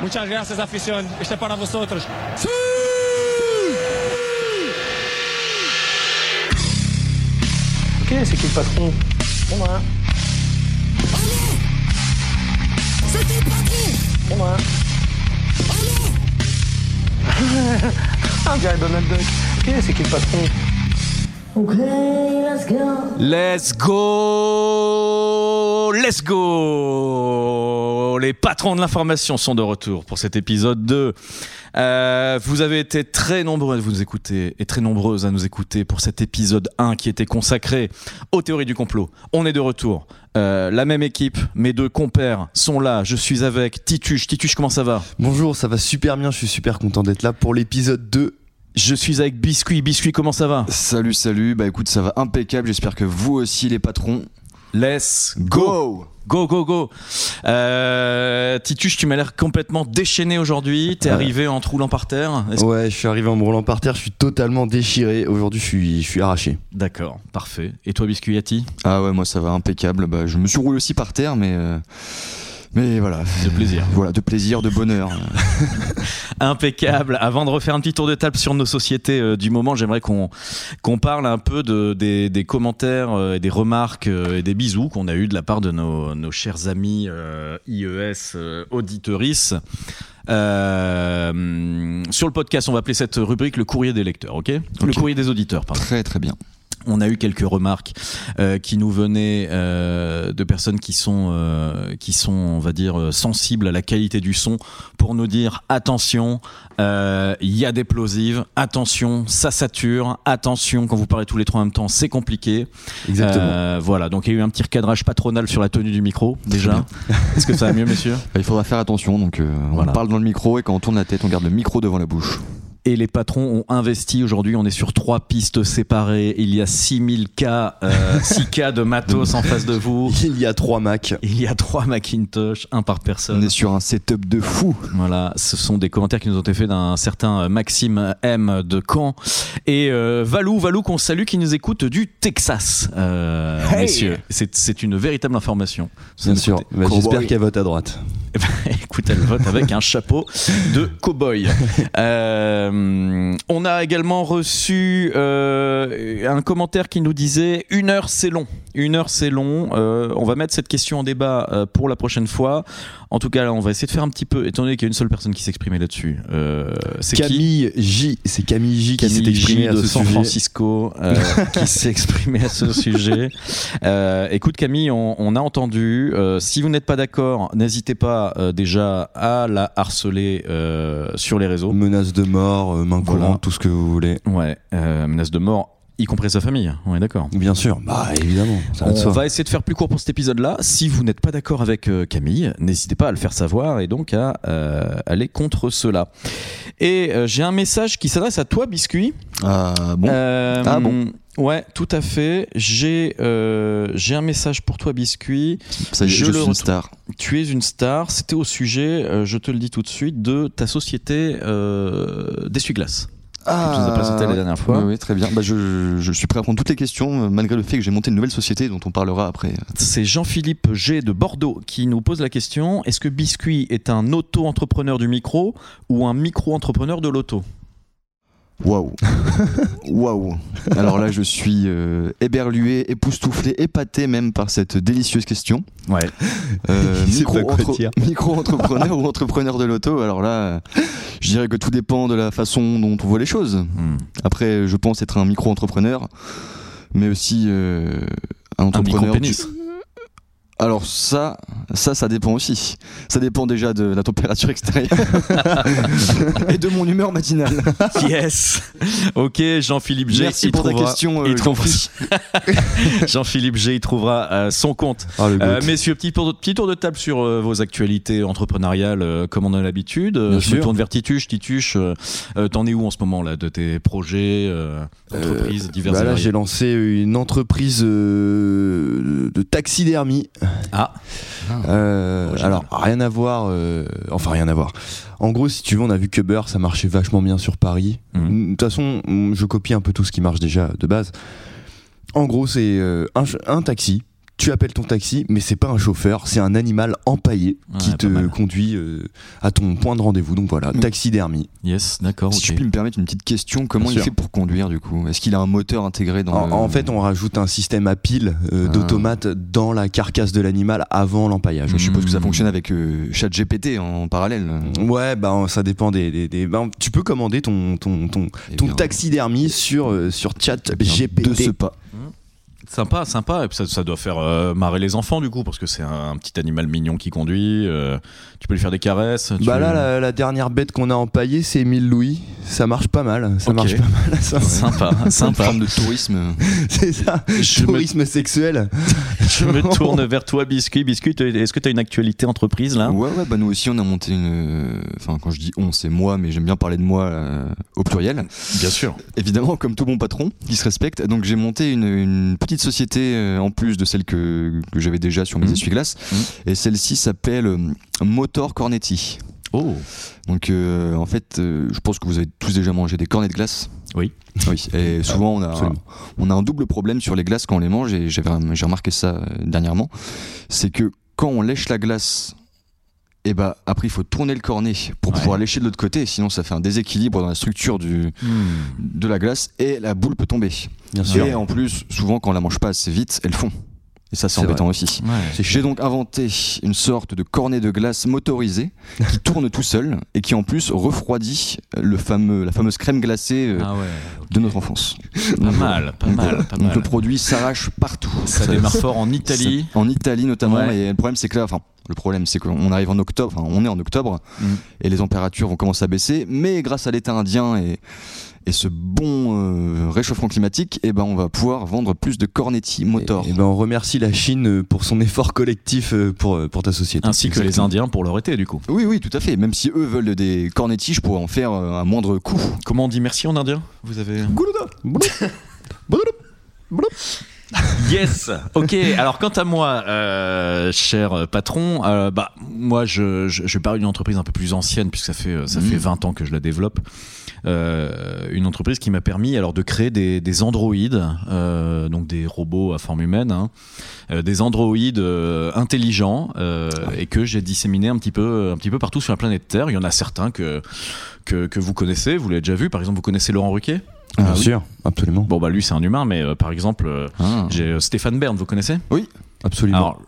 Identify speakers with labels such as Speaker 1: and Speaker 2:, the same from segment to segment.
Speaker 1: Muchas gracias, afición. Este es para vosotros.
Speaker 2: Ok, c'est qui le patron
Speaker 3: C'est moi.
Speaker 4: C'est qui le patron
Speaker 3: C'est moi.
Speaker 2: Ah, dirait Donald Duck. Ok, c'est qui le patron
Speaker 4: Okay, let's go.
Speaker 5: Let's go Let's go Les patrons de l'information sont de retour pour cet épisode 2. Euh, vous avez été très nombreux à vous écouter et très nombreuses à nous écouter pour cet épisode 1 qui était consacré aux théories du complot. On est de retour. Euh, la même équipe, mes deux compères sont là. Je suis avec Tituche. Tituche, comment ça va
Speaker 6: Bonjour, ça va super bien, je suis super content d'être là pour l'épisode 2.
Speaker 5: Je suis avec Biscuit. Biscuit, comment ça va
Speaker 7: Salut, salut. Bah écoute, ça va impeccable. J'espère que vous aussi, les patrons.
Speaker 5: Let's go. Go, go, go. Euh, Titus, tu m'as l'air complètement déchaîné aujourd'hui. T'es
Speaker 6: Ouais.
Speaker 5: arrivé en te roulant par terre. Est-ce-
Speaker 6: Ouais, je suis arrivé en me roulant par terre, je suis totalement déchiré. Aujourd'hui, je suis, je suis arraché.
Speaker 5: D'accord, parfait. Et toi, Biscuiati
Speaker 7: Ah ouais, moi ça va impeccable. Bah, je me suis roulé aussi par terre, mais euh, mais voilà.
Speaker 5: De plaisir.
Speaker 7: Voilà, de plaisir, de bonheur.
Speaker 5: Impeccable. Avant de refaire un petit tour de table sur nos sociétés euh, du moment, j'aimerais qu'on qu'on parle un peu de, des, des commentaires euh, et des remarques euh, et des bisous qu'on a eu de la part de nos, nos chers amis euh, IES euh, auditorices. Euh, hum, sur le podcast, on va appeler cette rubrique le courrier des lecteurs, ok Le
Speaker 7: Ok.
Speaker 5: courrier des auditeurs, pardon.
Speaker 7: très, très bien.
Speaker 5: On a eu quelques remarques euh, qui nous venaient euh, de personnes qui sont, euh, qui sont, on va dire, euh, sensibles à la qualité du son pour nous dire attention, euh, il y a des plosives, attention, ça sature, attention, quand vous parlez tous les trois en même temps, c'est compliqué.
Speaker 6: Exactement.
Speaker 5: Euh, voilà, donc il y a eu un petit recadrage patronal sur la tenue du micro, déjà.
Speaker 7: bien.
Speaker 5: Est-ce que ça va mieux, messieurs
Speaker 7: Bah, il faudra faire attention. Donc, euh, on
Speaker 5: Voilà.
Speaker 7: parle dans le micro et quand on tourne la tête, on garde le micro devant la bouche.
Speaker 5: Et les patrons ont investi aujourd'hui. On est sur trois pistes séparées. Il y a 6000 cas, euh, 6 cas de matos en face de
Speaker 7: Euh,
Speaker 5: vous.
Speaker 6: Il y a trois Macs.
Speaker 5: Il y a trois Macintosh, un par
Speaker 7: On
Speaker 5: personne.
Speaker 7: est sur un setup de fou.
Speaker 5: Voilà, ce sont des commentaires qui nous ont été faits d'un certain euh, Maxime M de Caen et euh, Valou, Valou qu'on salue, qui nous écoute du Texas, euh, messieurs. C'est c'est une véritable information. Vous
Speaker 6: Bien
Speaker 5: nous
Speaker 6: sûr.
Speaker 5: écoutez.
Speaker 6: Bah, J'espère qu'elle vote à droite.
Speaker 5: Eh ben, Écoute, elle vote avec un chapeau de cow-boy. Euh, on a également reçu euh, un commentaire qui nous disait une heure c'est long. Une heure c'est long. Euh, on va mettre cette question en débat euh, pour la prochaine fois. En tout cas, là, on va essayer de faire un petit peu, étant donné qu'il y a une seule personne qui s'exprimait là-dessus. Euh, c'est qui
Speaker 6: Camille J, c'est Camille J qui
Speaker 5: Camille
Speaker 6: s'est exprimée
Speaker 5: J
Speaker 6: à
Speaker 5: de
Speaker 6: ce
Speaker 5: San
Speaker 6: sujet.
Speaker 5: Francisco euh, qui s'est exprimé à ce sujet. Euh, écoute Camille, on, on a entendu. Euh, si vous n'êtes pas d'accord, n'hésitez pas euh, déjà à la harceler euh, sur les réseaux.
Speaker 6: Menace de mort, euh, main
Speaker 5: Voilà.
Speaker 6: courante, tout ce que vous voulez.
Speaker 5: Ouais, euh, menace de mort, y compris sa famille. On est d'accord.
Speaker 6: Bien sûr. Bah évidemment, ça va de
Speaker 5: On
Speaker 6: soi.
Speaker 5: va essayer de faire plus court pour cet épisode-là. Si vous n'êtes pas d'accord avec euh, Camille, n'hésitez pas à le faire savoir et donc à euh, aller contre cela. Et euh, j'ai un message qui s'adresse à toi, Biscuit.
Speaker 7: Ah bon.
Speaker 5: Euh,
Speaker 7: Ah bon
Speaker 5: Ouais, tout à fait. J'ai euh, j'ai un message pour toi, Biscuit.
Speaker 7: ça y est,
Speaker 5: je
Speaker 7: je,
Speaker 5: le
Speaker 7: suis une
Speaker 5: retrouve.
Speaker 7: star.
Speaker 5: Tu es une star. C'était au sujet, euh, je te le dis tout de suite, de ta société euh, d'essuie-glace. que
Speaker 7: Ah,
Speaker 5: tu nous as présenté la dernière fois.
Speaker 7: Oui, oui, très bien. Bah, je, je- je suis prêt à prendre toutes les questions, euh, malgré le fait que j'ai monté une nouvelle société dont on parlera après.
Speaker 5: C'est Jean-Philippe G de Bordeaux qui nous pose la question est-ce que Biscuit est un auto-entrepreneur du micro ou un micro-entrepreneur de l'auto
Speaker 7: Waouh. Waouh. Alors là, je suis euh, éberlué, époustouflé, épaté même par cette délicieuse question.
Speaker 5: Ouais.
Speaker 7: Euh,
Speaker 6: Il sait pas quoi
Speaker 7: micro-entre-
Speaker 6: dire.
Speaker 7: Micro-entrepreneur ou entrepreneur de l'auto, alors là, euh, je dirais que tout dépend de la façon dont on voit les choses.
Speaker 5: Hmm.
Speaker 7: Après, je pense être un micro-entrepreneur, mais aussi euh, un
Speaker 5: Un
Speaker 7: entrepreneur. du-
Speaker 5: micro-pénis.
Speaker 7: Alors ça, ça, ça dépend aussi. Ça dépend déjà de la température extérieure et de mon humeur matinale.
Speaker 5: Yes Ok, Jean-Philippe G.
Speaker 7: Merci
Speaker 5: il
Speaker 7: pour ta
Speaker 5: trouvera-
Speaker 7: question. euh,
Speaker 5: il trouvera-
Speaker 7: Jean-Philippe.
Speaker 5: Jean-Philippe G. Il trouvera euh, son compte
Speaker 6: Ah, le
Speaker 5: Euh,
Speaker 6: goût.
Speaker 5: messieurs, petit, tour de- petit tour de table sur euh, vos actualités entrepreneuriales, euh, comme on a l'habitude. Euh,
Speaker 6: Bien
Speaker 5: je me
Speaker 6: sûr.
Speaker 5: tourne vers Tituche. Tituche, euh, euh, t'en es où en ce moment là de tes projets, euh, entreprises diverses
Speaker 6: Bah,
Speaker 5: et
Speaker 6: là,
Speaker 5: variées
Speaker 6: j'ai lancé une entreprise euh, de taxidermie.
Speaker 5: Ah.
Speaker 6: Euh,
Speaker 5: Original.
Speaker 6: alors, rien à voir. euh, enfin, rien à voir. En gros, si tu veux, on a vu qu'Uber, ça marchait vachement bien sur Paris.
Speaker 5: Mhm.
Speaker 6: De toute façon, mm, je copie un peu tout ce qui marche déjà de base. En gros, c'est euh, un, ch- un taxi tu appelles ton taxi, mais c'est pas un chauffeur, c'est un animal empaillé qui
Speaker 5: Ouais,
Speaker 6: te
Speaker 5: pas mal.
Speaker 6: conduit euh, à ton point de rendez-vous. Donc voilà,
Speaker 7: Mm.
Speaker 6: taxidermie.
Speaker 5: Yes, d'accord.
Speaker 7: Si je
Speaker 5: ok.
Speaker 7: puis me permettre une petite question, comment
Speaker 6: Bien
Speaker 7: il
Speaker 6: sûr.
Speaker 7: fait pour conduire du coup Est-ce qu'il a un moteur intégré dans
Speaker 6: En,
Speaker 7: le-
Speaker 6: en fait, on rajoute un système à pile euh,
Speaker 7: Hmm. Ah.
Speaker 6: d'automates dans la carcasse de l'animal avant l'empaillage.
Speaker 7: je suppose que ça
Speaker 5: Hmm.
Speaker 7: fonctionne avec euh, ChatGPT en parallèle. Eh
Speaker 6: Ouais, bah ça dépend des. des- des- ben, tu peux commander ton, ton, ton,
Speaker 7: Eh
Speaker 6: ton
Speaker 7: bien,
Speaker 6: taxidermie sur, euh, sur chat
Speaker 7: bien,
Speaker 6: GPT.
Speaker 7: De ce pas.
Speaker 5: Sympa, sympa. Et puis ça, ça doit faire euh, marrer les enfants du coup, parce que c'est un, un petit animal mignon qui conduit. euh, tu peux lui faire des caresses. tu-
Speaker 6: Bah là, la, la dernière bête qu'on a empaillée, c'est Émile Louis. Ça marche pas mal. Ça
Speaker 5: Ok.
Speaker 6: marche pas mal. ça.
Speaker 5: Sympa,
Speaker 7: Une
Speaker 5: sympa.
Speaker 7: forme de tourisme.
Speaker 6: C'est ça.
Speaker 5: Je me-
Speaker 6: Tourisme sexuel.
Speaker 5: Je me tourne vers toi, Biscuit. Biscuit, est-ce que tu as une actualité entreprise
Speaker 6: Hein
Speaker 5: là
Speaker 7: ouais, ouais, bah nous aussi on a monté une. euh, Enfin, quand je dis on, c'est moi, mais j'aime bien parler de moi euh, au pluriel.
Speaker 5: Bien sûr.
Speaker 7: Évidemment, comme tout bon patron qui se respecte, donc j'ai monté une, une petite société euh, en plus de celle que, que j'avais déjà sur
Speaker 6: Hmm.
Speaker 7: mes
Speaker 5: Mhm.
Speaker 7: essuie-glaces. Et celle-ci s'appelle euh, Motor Cornetti.
Speaker 5: Oh,
Speaker 7: Donc euh, en fait, euh, je pense que vous avez tous déjà mangé des cornets de glace.
Speaker 5: Oui.
Speaker 7: Oui. Et souvent on a, un,
Speaker 6: absolument.
Speaker 7: on a un double problème sur les glaces quand on les mange et j'avais j'ai remarqué ça euh, dernièrement, c'est que quand on lèche la glace, et bah après il faut tourner le cornet pour
Speaker 5: Ouais.
Speaker 7: pouvoir lécher de l'autre côté, sinon ça fait un déséquilibre dans la structure du,
Speaker 5: Hmm,
Speaker 7: de la glace et la boule peut tomber.
Speaker 6: Bien
Speaker 7: Et en plus, souvent quand on la mange pas assez vite, elle fond. Et ça c'est
Speaker 6: C'est
Speaker 7: embêtant aussi.
Speaker 5: ouais.
Speaker 7: J'ai donc inventé une sorte de cornet de glace motorisé qui tourne tout seul et qui en plus refroidit le fameux, la fameuse crème glacée euh,
Speaker 5: Ah ouais.
Speaker 7: de notre enfance.
Speaker 5: Pas mal, pas mal, pas
Speaker 7: Donc le
Speaker 5: mal.
Speaker 7: produit s'arrache partout.
Speaker 5: Ça démarre fort en
Speaker 7: ça-
Speaker 5: Italie.
Speaker 7: En Italie notamment.
Speaker 5: Ouais.
Speaker 7: Et le problème c'est que là, enfin, le problème c'est qu'on arrive en octobre, enfin, on est en octobre
Speaker 5: Mm.
Speaker 7: et les températures vont commencer à baisser. Mais grâce à l'état indien et, et ce bon euh, réchauffement climatique, eh ben, on va pouvoir vendre plus de cornetti motor.
Speaker 6: Et, ben on remercie la Chine euh, pour son effort collectif euh, pour, euh, pour ta société.
Speaker 5: Ainsi que les
Speaker 7: Exactement.
Speaker 5: Indiens pour leur été, du coup.
Speaker 7: Oui, oui, tout à fait. Même si eux veulent des cornetti, je pourrais en faire euh, à moindre coût.
Speaker 5: Comment on dit merci en indien Vous avez. Yes. Ok. Alors quant à moi, euh, cher patron, euh, bah moi je je, je pars d'une entreprise un peu plus ancienne puisque ça fait euh, ça
Speaker 7: Mhm.
Speaker 5: fait 20 ans que je la développe. Euh, une entreprise qui m'a permis alors de créer des, des androïdes, euh, donc des robots à forme humaine, hein, euh, des androïdes euh, intelligents euh, et que j'ai disséminé un petit peu un petit peu partout sur la planète Terre. Il y en a certains que que, que vous connaissez, vous l'avez déjà vu. Par exemple, vous connaissez Laurent Ruquier.
Speaker 6: Bien
Speaker 7: Ah oui.
Speaker 6: sûr, absolument.
Speaker 5: Bon bah lui c'est un humain, mais euh, par exemple euh,
Speaker 7: Ah.
Speaker 5: j'ai euh, Stéphane Bern, vous connaissez
Speaker 6: absolument.
Speaker 5: alors,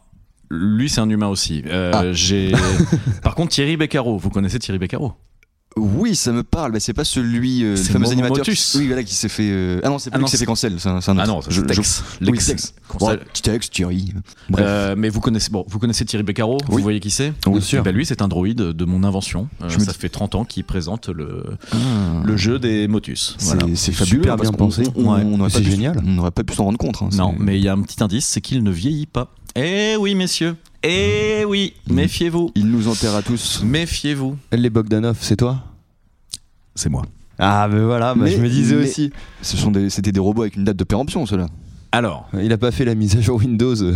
Speaker 5: lui, c'est un humain aussi. Euh,
Speaker 7: Ah.
Speaker 5: j'ai- Par contre, Thierry Beccaro, vous connaissez Thierry Beccaro
Speaker 7: Oui, ça me parle, mais c'est pas celui, euh, le
Speaker 5: C'est
Speaker 7: fameux
Speaker 5: Momo
Speaker 7: animateur.
Speaker 5: Motus.
Speaker 7: Qui, oui, voilà, qui s'est fait. euh, Ah non, c'est
Speaker 5: Ah
Speaker 7: pas lui
Speaker 5: non,
Speaker 7: qui s'est fait cancel, c'est un, c'est un autre.
Speaker 5: Ah non,
Speaker 7: Je-
Speaker 5: c'est
Speaker 7: je-
Speaker 5: Tex.
Speaker 7: Oui,
Speaker 5: Lex.
Speaker 7: Tex.
Speaker 5: Conseil.
Speaker 7: Ouais, tu t'es ex, Thierry. Bref.
Speaker 5: Euh, mais vous connaissez, bon, vous connaissez Thierry Beccaro, vous
Speaker 7: Oui.
Speaker 5: voyez qui c'est
Speaker 6: Bien
Speaker 5: Eh
Speaker 6: sûr.
Speaker 5: ben, lui, c'est un droïde de mon invention. Euh,
Speaker 7: Je me
Speaker 5: ça
Speaker 7: dis-
Speaker 5: fait 30 ans qu'il présente le,
Speaker 7: Ah.
Speaker 5: le jeu des Motus.
Speaker 7: C'est
Speaker 5: Voilà.
Speaker 7: c'est
Speaker 6: Super
Speaker 7: fabuleux.
Speaker 6: bien
Speaker 7: parce qu'on-
Speaker 6: pensé.
Speaker 7: on- on-
Speaker 5: Ouais.
Speaker 7: on n'aurait
Speaker 6: C'est
Speaker 7: pas pu-
Speaker 6: génial.
Speaker 7: On n'aurait pas pu s'en rendre compte. hein,
Speaker 5: Non,
Speaker 7: c'est-
Speaker 5: mais il y a un petit indice, c'est qu'il ne vieillit pas. Eh oui, messieurs. Eh oui, méfiez-vous.
Speaker 7: Il nous enterre à tous.
Speaker 5: Méfiez-vous.
Speaker 6: Les Bogdanov, c'est toi
Speaker 5: C'est moi.
Speaker 6: Ah ben voilà, bah,
Speaker 7: Mais-
Speaker 6: je me disais
Speaker 7: mais-
Speaker 6: aussi.
Speaker 7: Ce sont des- C'était des robots avec une date de péremption, ceux-là.
Speaker 5: Alors,
Speaker 6: Il a pas fait la mise à jour Windows. euh.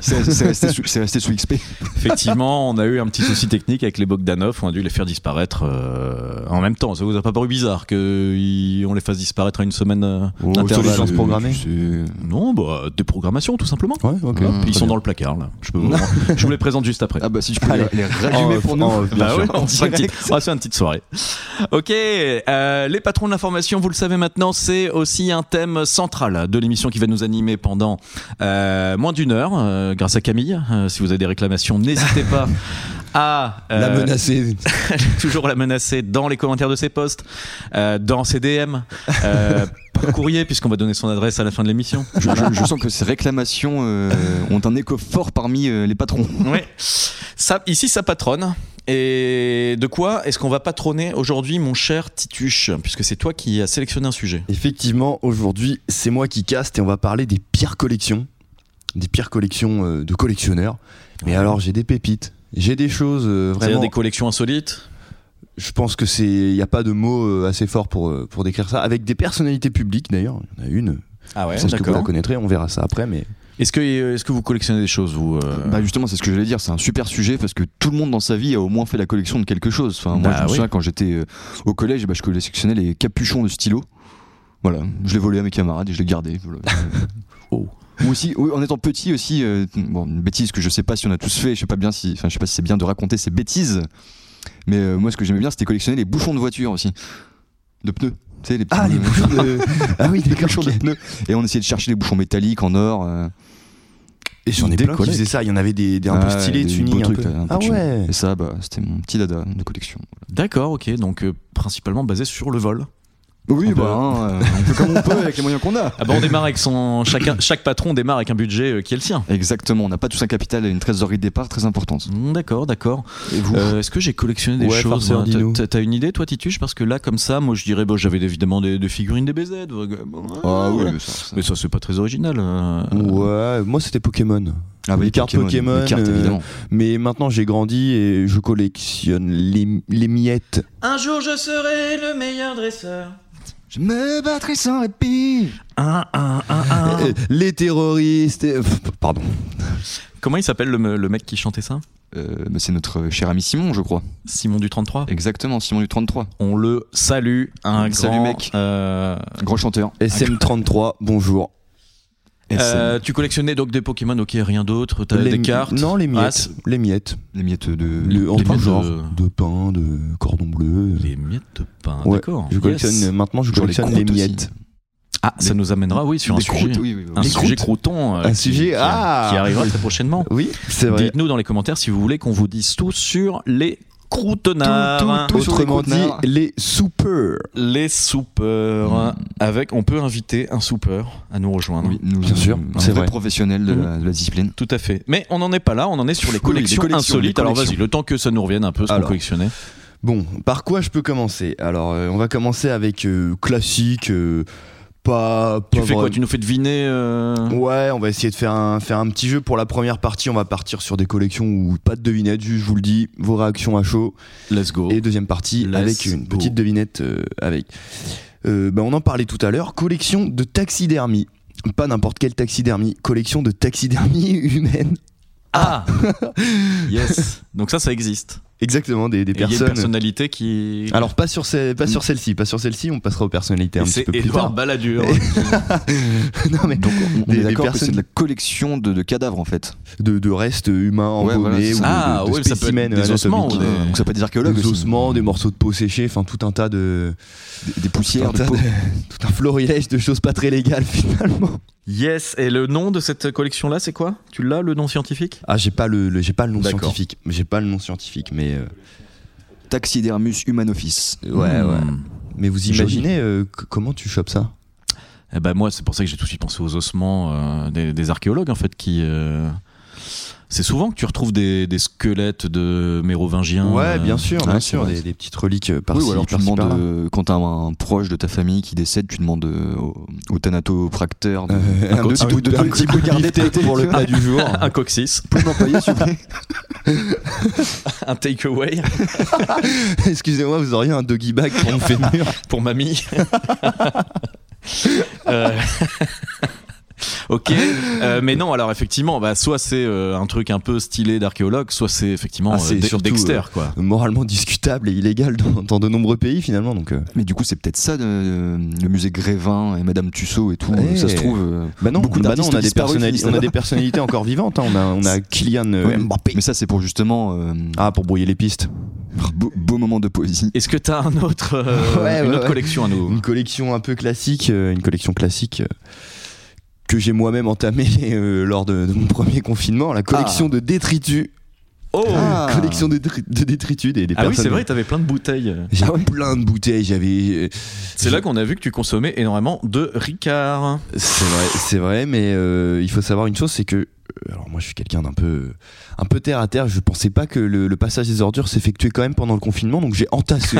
Speaker 7: C'est c'est resté, sous- c'est resté sous XP.
Speaker 5: Effectivement, on a eu un petit souci technique avec les Bogdanov, on a dû les faire disparaître euh, en même temps. Ça vous a pas paru bizarre qu'on les fasse disparaître à une semaine euh, d'intervalle
Speaker 6: obsolescence programmée. Mmh.
Speaker 7: C'est-
Speaker 5: Non, bah, des programmations tout simplement.
Speaker 6: Ouais, ok.
Speaker 5: Hop, ils
Speaker 7: très
Speaker 5: sont
Speaker 7: bien.
Speaker 5: dans le placard là. Je, peux vous... Je vous les présente juste après.
Speaker 7: Ah bah si tu peux
Speaker 6: Allez.
Speaker 7: les, les rallumer
Speaker 6: Oh,
Speaker 7: pour nous.
Speaker 6: oh, bien
Speaker 5: Bah
Speaker 6: sûr.
Speaker 5: ouais, on se fait une petite- on va se faire une petite soirée. Ok, euh, les patrons de l'information, vous le savez maintenant, c'est aussi un thème central de l'émission qui va nous animer pendant euh, moins d'une heure, euh, grâce à Camille. Euh, si vous avez des réclamations, n'hésitez pas à
Speaker 6: La
Speaker 5: euh,
Speaker 6: menacée.
Speaker 5: toujours la menacer dans les commentaires de ses posts, euh, dans ses DM, euh, par courrier, puisqu'on va donner son adresse à la fin de l'émission.
Speaker 7: Je, je- je sens que ces réclamations euh, ont un écho fort parmi euh, les patrons.
Speaker 5: Ouais. Ça, ici, ça patronne. Et de quoi est-ce qu'on va patronner aujourd'hui, mon cher Tituche Puisque c'est toi qui as sélectionné un sujet.
Speaker 6: Effectivement, aujourd'hui, c'est moi qui caste et on va parler des pires collections. Des pires collections euh, de collectionneurs. Mais alors, j'ai des pépites. J'ai des choses euh,
Speaker 5: C'est-à-dire
Speaker 6: vraiment.
Speaker 5: des collections insolites
Speaker 6: Je pense que c'est. Il n'y a pas de mots euh, assez forts pour, euh, pour décrire ça. Avec des personnalités publiques d'ailleurs. Il y en a une.
Speaker 5: Ah ouais,
Speaker 6: Je pense que vous la
Speaker 5: d'accord.
Speaker 6: connaîtrez. On verra ça après. Mais
Speaker 5: Est-ce que, est-ce que vous collectionnez des choses, vous euh,
Speaker 7: Bah justement, c'est ce que j'allais dire, c'est un super sujet parce que tout le monde dans sa vie a au moins fait la collection de quelque chose. Enfin, moi,
Speaker 5: Bah
Speaker 7: je me
Speaker 5: oui.
Speaker 7: souviens quand j'étais euh, au collège, bah, je collectionnais les capuchons de stylo. Voilà, je les volais à mes camarades et je les gardais. Voilà.
Speaker 5: Oh.
Speaker 7: Ou aussi, ou en étant petit aussi, euh, bon, une bêtise que je sais pas si on a tous fait, je sais pas bien si, enfin, je sais pas si c'est bien de raconter ces bêtises, mais euh, moi, ce que j'aimais bien, c'était collectionner les bouchons de voiture aussi, de pneus. Tu sais, les petits
Speaker 6: Ah, les bouchons de. Ah oui,
Speaker 7: les
Speaker 6: d'accord.
Speaker 7: bouchons de
Speaker 6: ok.
Speaker 7: pneus. Et on essayait de chercher les bouchons métalliques en or. euh,
Speaker 6: Et j'en ai
Speaker 5: Des
Speaker 6: plein qui
Speaker 5: collègues.
Speaker 6: faisaient ça. Il y en avait des, des un peu
Speaker 7: Ah,
Speaker 6: stylés,
Speaker 7: des
Speaker 6: tunis.
Speaker 7: beaux
Speaker 6: un
Speaker 7: trucs,
Speaker 6: peu.
Speaker 7: là, un peu
Speaker 6: Ah
Speaker 7: tunis.
Speaker 6: ouais.
Speaker 7: Et ça, bah, c'était mon petit dada de collection.
Speaker 5: D'accord, ok. Donc euh, principalement basé sur le vol.
Speaker 7: Oui,
Speaker 5: On bah, peut-
Speaker 7: hein,
Speaker 6: hein.
Speaker 7: on fait euh, comme on peut avec les moyens qu'on a.
Speaker 5: Ah bah on démarre avec son chacun, chaque patron démarre avec un budget euh, qui est le sien.
Speaker 7: Exactement, on n'a pas tous un capital et une trésorerie de départ très importante.
Speaker 5: Mm, D'accord, d'accord.
Speaker 7: Et vous
Speaker 5: Euh, Est-ce que j'ai collectionné des
Speaker 6: Ouais,
Speaker 5: choses
Speaker 6: farceur,
Speaker 5: hein,
Speaker 6: dis-nous.
Speaker 5: T'as t'as une idée, toi, Titus Parce que là, comme ça, moi, je dirais, bah, j'avais évidemment des, des figurines des BZ.
Speaker 7: Ah oui,
Speaker 5: voilà.
Speaker 7: mais ça, ça-
Speaker 5: Mais ça, c'est pas très original. euh.
Speaker 6: Ouais, moi c'était Pokémon.
Speaker 7: Ah, bah,
Speaker 6: les cartes Pokémon,
Speaker 7: les cartes,
Speaker 6: euh,
Speaker 7: évidemment.
Speaker 6: Mais maintenant j'ai grandi et je collectionne les, les miettes.
Speaker 5: Un jour, je serai le meilleur dresseur.
Speaker 7: Je me battrai sans répit.
Speaker 5: Un, un, un, un.
Speaker 6: Euh, Les terroristes. et- Pff, Pardon.
Speaker 5: Comment il s'appelle le, me- le mec qui chantait ça
Speaker 7: Euh, bah, c'est notre cher ami Simon, je crois.
Speaker 5: Simon du 33
Speaker 7: Exactement, Simon du 33.
Speaker 5: On le salue. Un
Speaker 7: Salut,
Speaker 5: grand,
Speaker 7: mec.
Speaker 5: euh,
Speaker 7: Grand chanteur.
Speaker 6: SM33, bonjour.
Speaker 5: euh, tu collectionnais donc des Pokémon, ok, rien d'autre. T'as
Speaker 6: Les
Speaker 5: des
Speaker 6: mi-
Speaker 5: cartes.
Speaker 6: Non, les
Speaker 5: Ah,
Speaker 6: miettes.
Speaker 5: c'est-
Speaker 6: les miettes.
Speaker 7: Les miettes de.
Speaker 6: Le- en
Speaker 5: les
Speaker 6: tout
Speaker 5: miettes
Speaker 6: genre.
Speaker 5: de-
Speaker 6: De... pain, de cordon bleu.
Speaker 5: les miettes de pain.
Speaker 6: Ouais,
Speaker 5: D'accord.
Speaker 6: Je collectionne
Speaker 5: Yes.
Speaker 6: maintenant, je
Speaker 7: Genre les
Speaker 6: collectionne les,
Speaker 7: croûtes aussi.
Speaker 6: miettes.
Speaker 5: Ah, ça nous amènera, oui, sur un
Speaker 7: Des
Speaker 5: sujet.
Speaker 7: croûtes, oui, oui, oui.
Speaker 5: Un
Speaker 7: Les
Speaker 5: sujet
Speaker 7: croûtes.
Speaker 5: crouton. euh,
Speaker 6: Un
Speaker 5: qui-
Speaker 6: sujet,
Speaker 5: qui-
Speaker 6: ah
Speaker 5: Qui arrivera très prochainement.
Speaker 6: Oui, c'est vrai.
Speaker 5: Dites-nous dans les commentaires si vous voulez qu'on vous dise tout sur les croutonards.
Speaker 7: Tout- tout- tout sur les
Speaker 6: Autrement dit,
Speaker 7: croûtenards.
Speaker 6: les soupeurs.
Speaker 5: Les soupeurs.
Speaker 6: Mm.
Speaker 5: Avec, on peut inviter un soupeur à nous rejoindre.
Speaker 7: Oui, nous-
Speaker 6: Bien sûr,
Speaker 7: un
Speaker 6: c'est
Speaker 7: vrai
Speaker 6: vrai. Mm.
Speaker 7: professionnel de la, de la discipline.
Speaker 5: Tout à fait. Mais on n'en est pas là, on en est sur les
Speaker 7: Oui, oui, les
Speaker 5: collections
Speaker 7: collections,
Speaker 5: insolites.
Speaker 7: les
Speaker 5: Alors vas-y,
Speaker 7: collections.
Speaker 5: le temps que ça nous revienne un peu ce qu'on
Speaker 6: Alors.
Speaker 5: collectionnait.
Speaker 6: Bon, par quoi je peux commencer Alors, euh, on va commencer avec euh, classique, euh, pas, pas
Speaker 5: Tu fais quoi
Speaker 6: vrai-
Speaker 5: Tu nous fais deviner euh,
Speaker 6: Ouais, on va essayer de faire un, faire un petit jeu pour la première partie. On va partir sur des collections où pas de devinettes, juste je vous le dis, vos réactions à chaud.
Speaker 5: Let's go.
Speaker 6: Et deuxième partie
Speaker 5: Let's
Speaker 6: avec une
Speaker 5: go.
Speaker 6: petite devinette euh, avec. Euh, bah, on en parlait tout à l'heure, collection de taxidermie. Pas n'importe quelle taxidermie, collection de taxidermie humaine.
Speaker 5: Ah Yes Donc ça, ça existe.
Speaker 6: Exactement, des, des
Speaker 5: Et Il y a une
Speaker 6: personnes.
Speaker 5: personnalité qui.
Speaker 6: Alors pas sur, ce- pas sur celle-ci, pas sur celle-ci, on passera aux personnalités
Speaker 5: Et
Speaker 6: un
Speaker 5: c'est
Speaker 6: petit peu plus
Speaker 5: Édouard
Speaker 6: tard.
Speaker 5: Balladur.
Speaker 6: non mais
Speaker 7: Donc, on- on
Speaker 6: Des-
Speaker 7: est
Speaker 6: des
Speaker 7: d'accord que c'est
Speaker 6: personnes-
Speaker 7: de la collection de, de cadavres en fait.
Speaker 6: de, de restes humains
Speaker 7: Ouais, voilà,
Speaker 6: embaumés
Speaker 7: c'est
Speaker 6: ou
Speaker 7: ça.
Speaker 6: de-
Speaker 5: Ah,
Speaker 6: de, de
Speaker 5: ouais, ça peut être
Speaker 6: spécimens
Speaker 5: des
Speaker 7: euh,
Speaker 5: ossements
Speaker 6: anatomiques.
Speaker 5: ou des-
Speaker 7: Donc ça peut être des archéologues
Speaker 6: Des
Speaker 7: aussi.
Speaker 6: ossements, des morceaux de peau séchée, enfin tout un tas de
Speaker 7: Des- des poussières,
Speaker 6: tout un tas
Speaker 7: des peaux.
Speaker 6: de- tout un florilège de choses pas très légales finalement.
Speaker 5: Yes, et le nom de cette collection-là, c'est quoi Tu l'as, le nom scientifique
Speaker 6: Ah j'ai pas le, le- j'ai pas le nom
Speaker 5: D'accord.
Speaker 6: scientifique, j'ai pas le nom scientifique, mais euh,
Speaker 7: Taxidermus humanophis.
Speaker 6: ouais ouais.
Speaker 5: Hmm.
Speaker 6: Mais vous
Speaker 5: Joli.
Speaker 6: imaginez euh, c- comment tu chopes ça
Speaker 5: Eh ben moi, c'est pour ça que j'ai tout de suite pensé aux ossements euh, des, des archéologues, en fait, qui. euh, C'est souvent que tu retrouves des, des squelettes de mérovingiens.
Speaker 6: Ouais, bien
Speaker 5: euh,
Speaker 6: sûr,
Speaker 7: ouais,
Speaker 6: bien
Speaker 7: Ah, c'est
Speaker 6: sûr,
Speaker 7: vrai.
Speaker 6: des, des petites reliques euh, par-ci,
Speaker 7: oui, ou alors tu
Speaker 6: par-ci,
Speaker 7: demandes,
Speaker 6: par-là.
Speaker 7: euh, quand t'as un proche de ta famille qui décède, tu demandes euh, au, au thanatopracteur de,
Speaker 6: Euh,
Speaker 7: un petit bout de
Speaker 6: un
Speaker 7: un petit bout de
Speaker 6: beefsteak
Speaker 7: gardette
Speaker 6: pour le plat du jour.
Speaker 5: Un coccyx,
Speaker 7: Plus d'employés, s'il vous plaît.
Speaker 5: un takeaway
Speaker 6: Excusez-moi, vous auriez un doggy bag euh, pour mon fémur.
Speaker 5: pour mamie. Euh, ok, euh, mais non, alors effectivement, bah, soit c'est euh, un truc un peu stylé d'archéologue, soit c'est effectivement
Speaker 6: Ah,
Speaker 5: euh,
Speaker 6: c'est
Speaker 5: De-
Speaker 6: surtout,
Speaker 5: Dexter, quoi.
Speaker 6: moralement discutable et illégal dans, dans de nombreux pays finalement. Donc, euh,
Speaker 7: Mais du coup, c'est peut-être ça euh, le musée Grévin et Madame Tussaud et tout.
Speaker 6: Ouais.
Speaker 7: Ça se trouve. euh,
Speaker 6: bah non,
Speaker 7: Beaucoup
Speaker 6: bah non,
Speaker 7: d'artistes
Speaker 6: on a des
Speaker 7: disparus
Speaker 6: personnalités,
Speaker 7: finissent
Speaker 6: on a
Speaker 7: là-bas.
Speaker 6: des personnalités encore vivantes. hein. On a, on a Kylian euh,
Speaker 7: ouais,
Speaker 6: Mbappé.
Speaker 7: Mais ça, c'est pour justement euh,
Speaker 6: Ah, pour brouiller les pistes.
Speaker 7: beau, beau moment de poésie.
Speaker 5: Est-ce que t'as un autre, euh,
Speaker 6: Ouais,
Speaker 5: une
Speaker 6: ouais,
Speaker 5: autre
Speaker 6: ouais.
Speaker 5: collection à nous
Speaker 6: Une collection un peu classique, euh, une collection classique euh, que j'ai moi-même entamée euh, lors de, de mon premier confinement. La collection de détritus.
Speaker 5: Oh
Speaker 7: Ah.
Speaker 6: Collection de, détri- de détritus des, des
Speaker 5: Ah oui,
Speaker 6: personnes.
Speaker 5: c'est vrai, t'avais plein de bouteilles.
Speaker 6: J'ai plein de bouteilles. J'avais. euh,
Speaker 5: C'est là qu'on a vu que tu consommais énormément de Ricard.
Speaker 6: C'est vrai, c'est vrai, mais euh, il faut savoir une chose, c'est que euh, alors moi je suis quelqu'un d'un peu un peu terre à terre. Je pensais pas que le, le passage des ordures s'effectuait quand même pendant le confinement, donc j'ai entassé